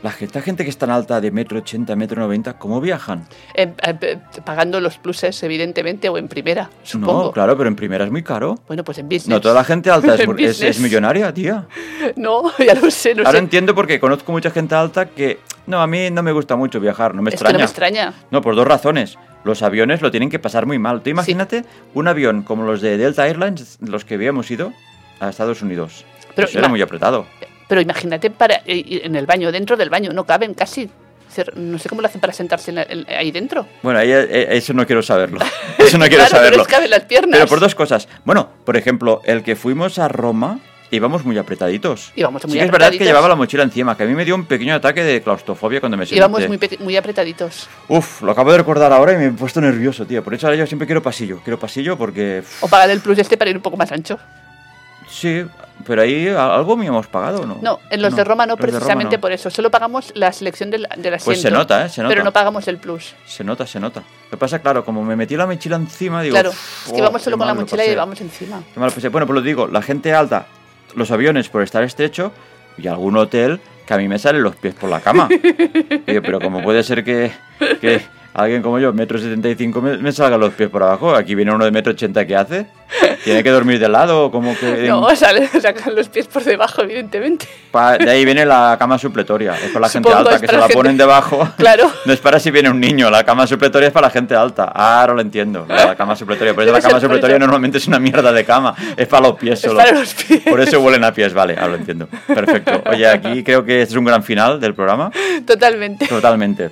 [SPEAKER 2] La gente, esta gente que es tan alta de metro 80, metro 90, ¿cómo viajan?
[SPEAKER 3] Eh, eh, eh, pagando los pluses, evidentemente, o en primera, supongo.
[SPEAKER 2] No, claro, pero en primera es muy caro.
[SPEAKER 3] Bueno, pues en business.
[SPEAKER 2] No toda la gente alta es,
[SPEAKER 3] En
[SPEAKER 2] mur- es- es
[SPEAKER 3] business.
[SPEAKER 2] millonaria, tía.
[SPEAKER 3] No, ya lo sé, no
[SPEAKER 2] Ahora
[SPEAKER 3] sé.
[SPEAKER 2] entiendo porque conozco mucha gente alta que... No, a mí no me gusta mucho viajar, no me
[SPEAKER 3] Es que no
[SPEAKER 2] extraña.
[SPEAKER 3] me extraña.
[SPEAKER 2] No, por dos razones. Los aviones lo tienen que pasar muy mal. Tú imagínate un avión como los de Delta Airlines, los que habíamos ido a Estados Unidos.
[SPEAKER 3] Pero
[SPEAKER 2] Eso era
[SPEAKER 3] ima-
[SPEAKER 2] muy apretado.
[SPEAKER 3] Pero imagínate para, eh, en el baño, dentro del baño, no caben casi. Cer- No sé cómo lo hacen para sentarse en la- en- ahí dentro.
[SPEAKER 2] Bueno, ahí, eh, eso no quiero saberlo. Eso no quiero
[SPEAKER 3] claro,
[SPEAKER 2] saberlo.
[SPEAKER 3] no les caben las piernas.
[SPEAKER 2] Pero por dos cosas. Bueno, por ejemplo, el que fuimos a Roma íbamos muy apretaditos.
[SPEAKER 3] Íbamos muy
[SPEAKER 2] sí que es verdad que
[SPEAKER 3] apretaditos.
[SPEAKER 2] llevaba la mochila encima, que a mí me dio un pequeño ataque de claustrofobia cuando me senté.
[SPEAKER 3] Íbamos muy, pe- muy apretaditos.
[SPEAKER 2] Uf, lo acabo de recordar ahora y me he puesto nervioso, tío. Por eso ahora yo siempre quiero pasillo. Quiero pasillo porque... uf,
[SPEAKER 3] O pagar el plus este para ir un poco más ancho.
[SPEAKER 2] Sí, pero ahí a- algo me hemos pagado, ¿no?
[SPEAKER 3] No, en los de Roma no, precisamente por eso. Solo pagamos la selección del, del asiento.
[SPEAKER 2] Pues se nota, ¿eh? Se nota.
[SPEAKER 3] Pero no pagamos el plus.
[SPEAKER 2] Se nota, se nota. Lo que pasa, claro, como me metí la mochila encima, digo...
[SPEAKER 3] claro,
[SPEAKER 2] "Uf,
[SPEAKER 3] es que
[SPEAKER 2] oh,
[SPEAKER 3] íbamos solo
[SPEAKER 2] qué
[SPEAKER 3] con la
[SPEAKER 2] mal lo
[SPEAKER 3] mochila y
[SPEAKER 2] pasé".
[SPEAKER 3] llevamos encima.
[SPEAKER 2] Qué mal lo pasé. Bueno, pues lo digo, la gente alta, los aviones por estar estrecho y algún hotel que a mí me salen los pies por la cama. Digo, pero ¿cómo puede ser que, que alguien como yo, metro 75, me, me salgan los pies por abajo? Aquí viene uno de metro 80, ¿qué hace? ¿Tiene que dormir de lado? o ¿Cómo que...?
[SPEAKER 3] No, sale, sacan los pies por debajo, evidentemente.
[SPEAKER 2] Pa- de ahí viene la cama supletoria. Es para la
[SPEAKER 3] Supongo,
[SPEAKER 2] gente
[SPEAKER 3] es
[SPEAKER 2] alta, que se
[SPEAKER 3] para
[SPEAKER 2] la
[SPEAKER 3] gente-
[SPEAKER 2] ponen debajo.
[SPEAKER 3] Claro.
[SPEAKER 2] No es para si viene un niño. La cama supletoria es para la gente alta. Ah, Ahora lo entiendo. La cama supletoria. Por eso la
[SPEAKER 3] Debe
[SPEAKER 2] cama
[SPEAKER 3] ser por
[SPEAKER 2] supletoria
[SPEAKER 3] eso.
[SPEAKER 2] normalmente es una mierda de cama. Es para los pies
[SPEAKER 3] Es
[SPEAKER 2] solo.
[SPEAKER 3] para los pies.
[SPEAKER 2] Por eso huelen a pies. Vale, ahora lo entiendo. Perfecto. Oye, aquí creo que este es un gran final del programa.
[SPEAKER 3] Totalmente.
[SPEAKER 2] Totalmente.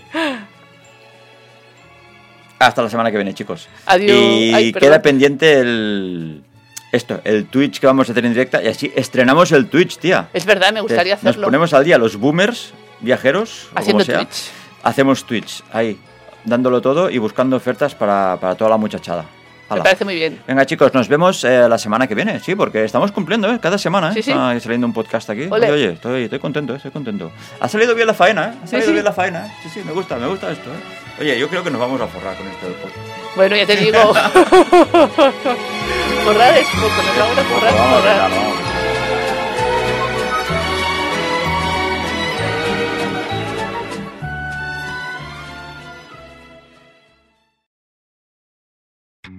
[SPEAKER 2] Hasta la semana que viene, chicos.
[SPEAKER 3] Adiós.
[SPEAKER 2] Y
[SPEAKER 3] Ay, perdón.
[SPEAKER 2] queda pendiente el. Esto, el Twitch que vamos a hacer en directa. Y así estrenamos el Twitch, tía.
[SPEAKER 3] Es verdad, me gustaría
[SPEAKER 2] Entonces,
[SPEAKER 3] hacerlo.
[SPEAKER 2] Nos ponemos al día los boomers, viajeros, o
[SPEAKER 3] Haciendo
[SPEAKER 2] como sea.
[SPEAKER 3] Twitch.
[SPEAKER 2] Hacemos Twitch, ahí, dándolo todo y buscando ofertas para, para toda la muchachada.
[SPEAKER 3] Me
[SPEAKER 2] Hala.
[SPEAKER 3] parece muy bien.
[SPEAKER 2] Venga chicos, nos vemos eh, la semana que viene, sí, porque estamos cumpliendo, ¿eh? Cada semana, ¿eh?
[SPEAKER 3] Sí, sí.
[SPEAKER 2] Está saliendo un podcast aquí.
[SPEAKER 3] Ole.
[SPEAKER 2] Oye, oye, estoy, estoy contento, ¿eh? estoy contento. Ha salido bien la faena, ¿eh? Ha salido
[SPEAKER 3] sí.
[SPEAKER 2] bien la faena, ¿eh? Sí, sí, me gusta, me gusta esto, ¿eh? Oye, yo creo que nos vamos a forrar con esto del podcast.
[SPEAKER 3] Bueno, ya te digo. forrar es poco, nos vamos a forrar,
[SPEAKER 2] Vamos, venga,
[SPEAKER 3] forrar.
[SPEAKER 2] vamos.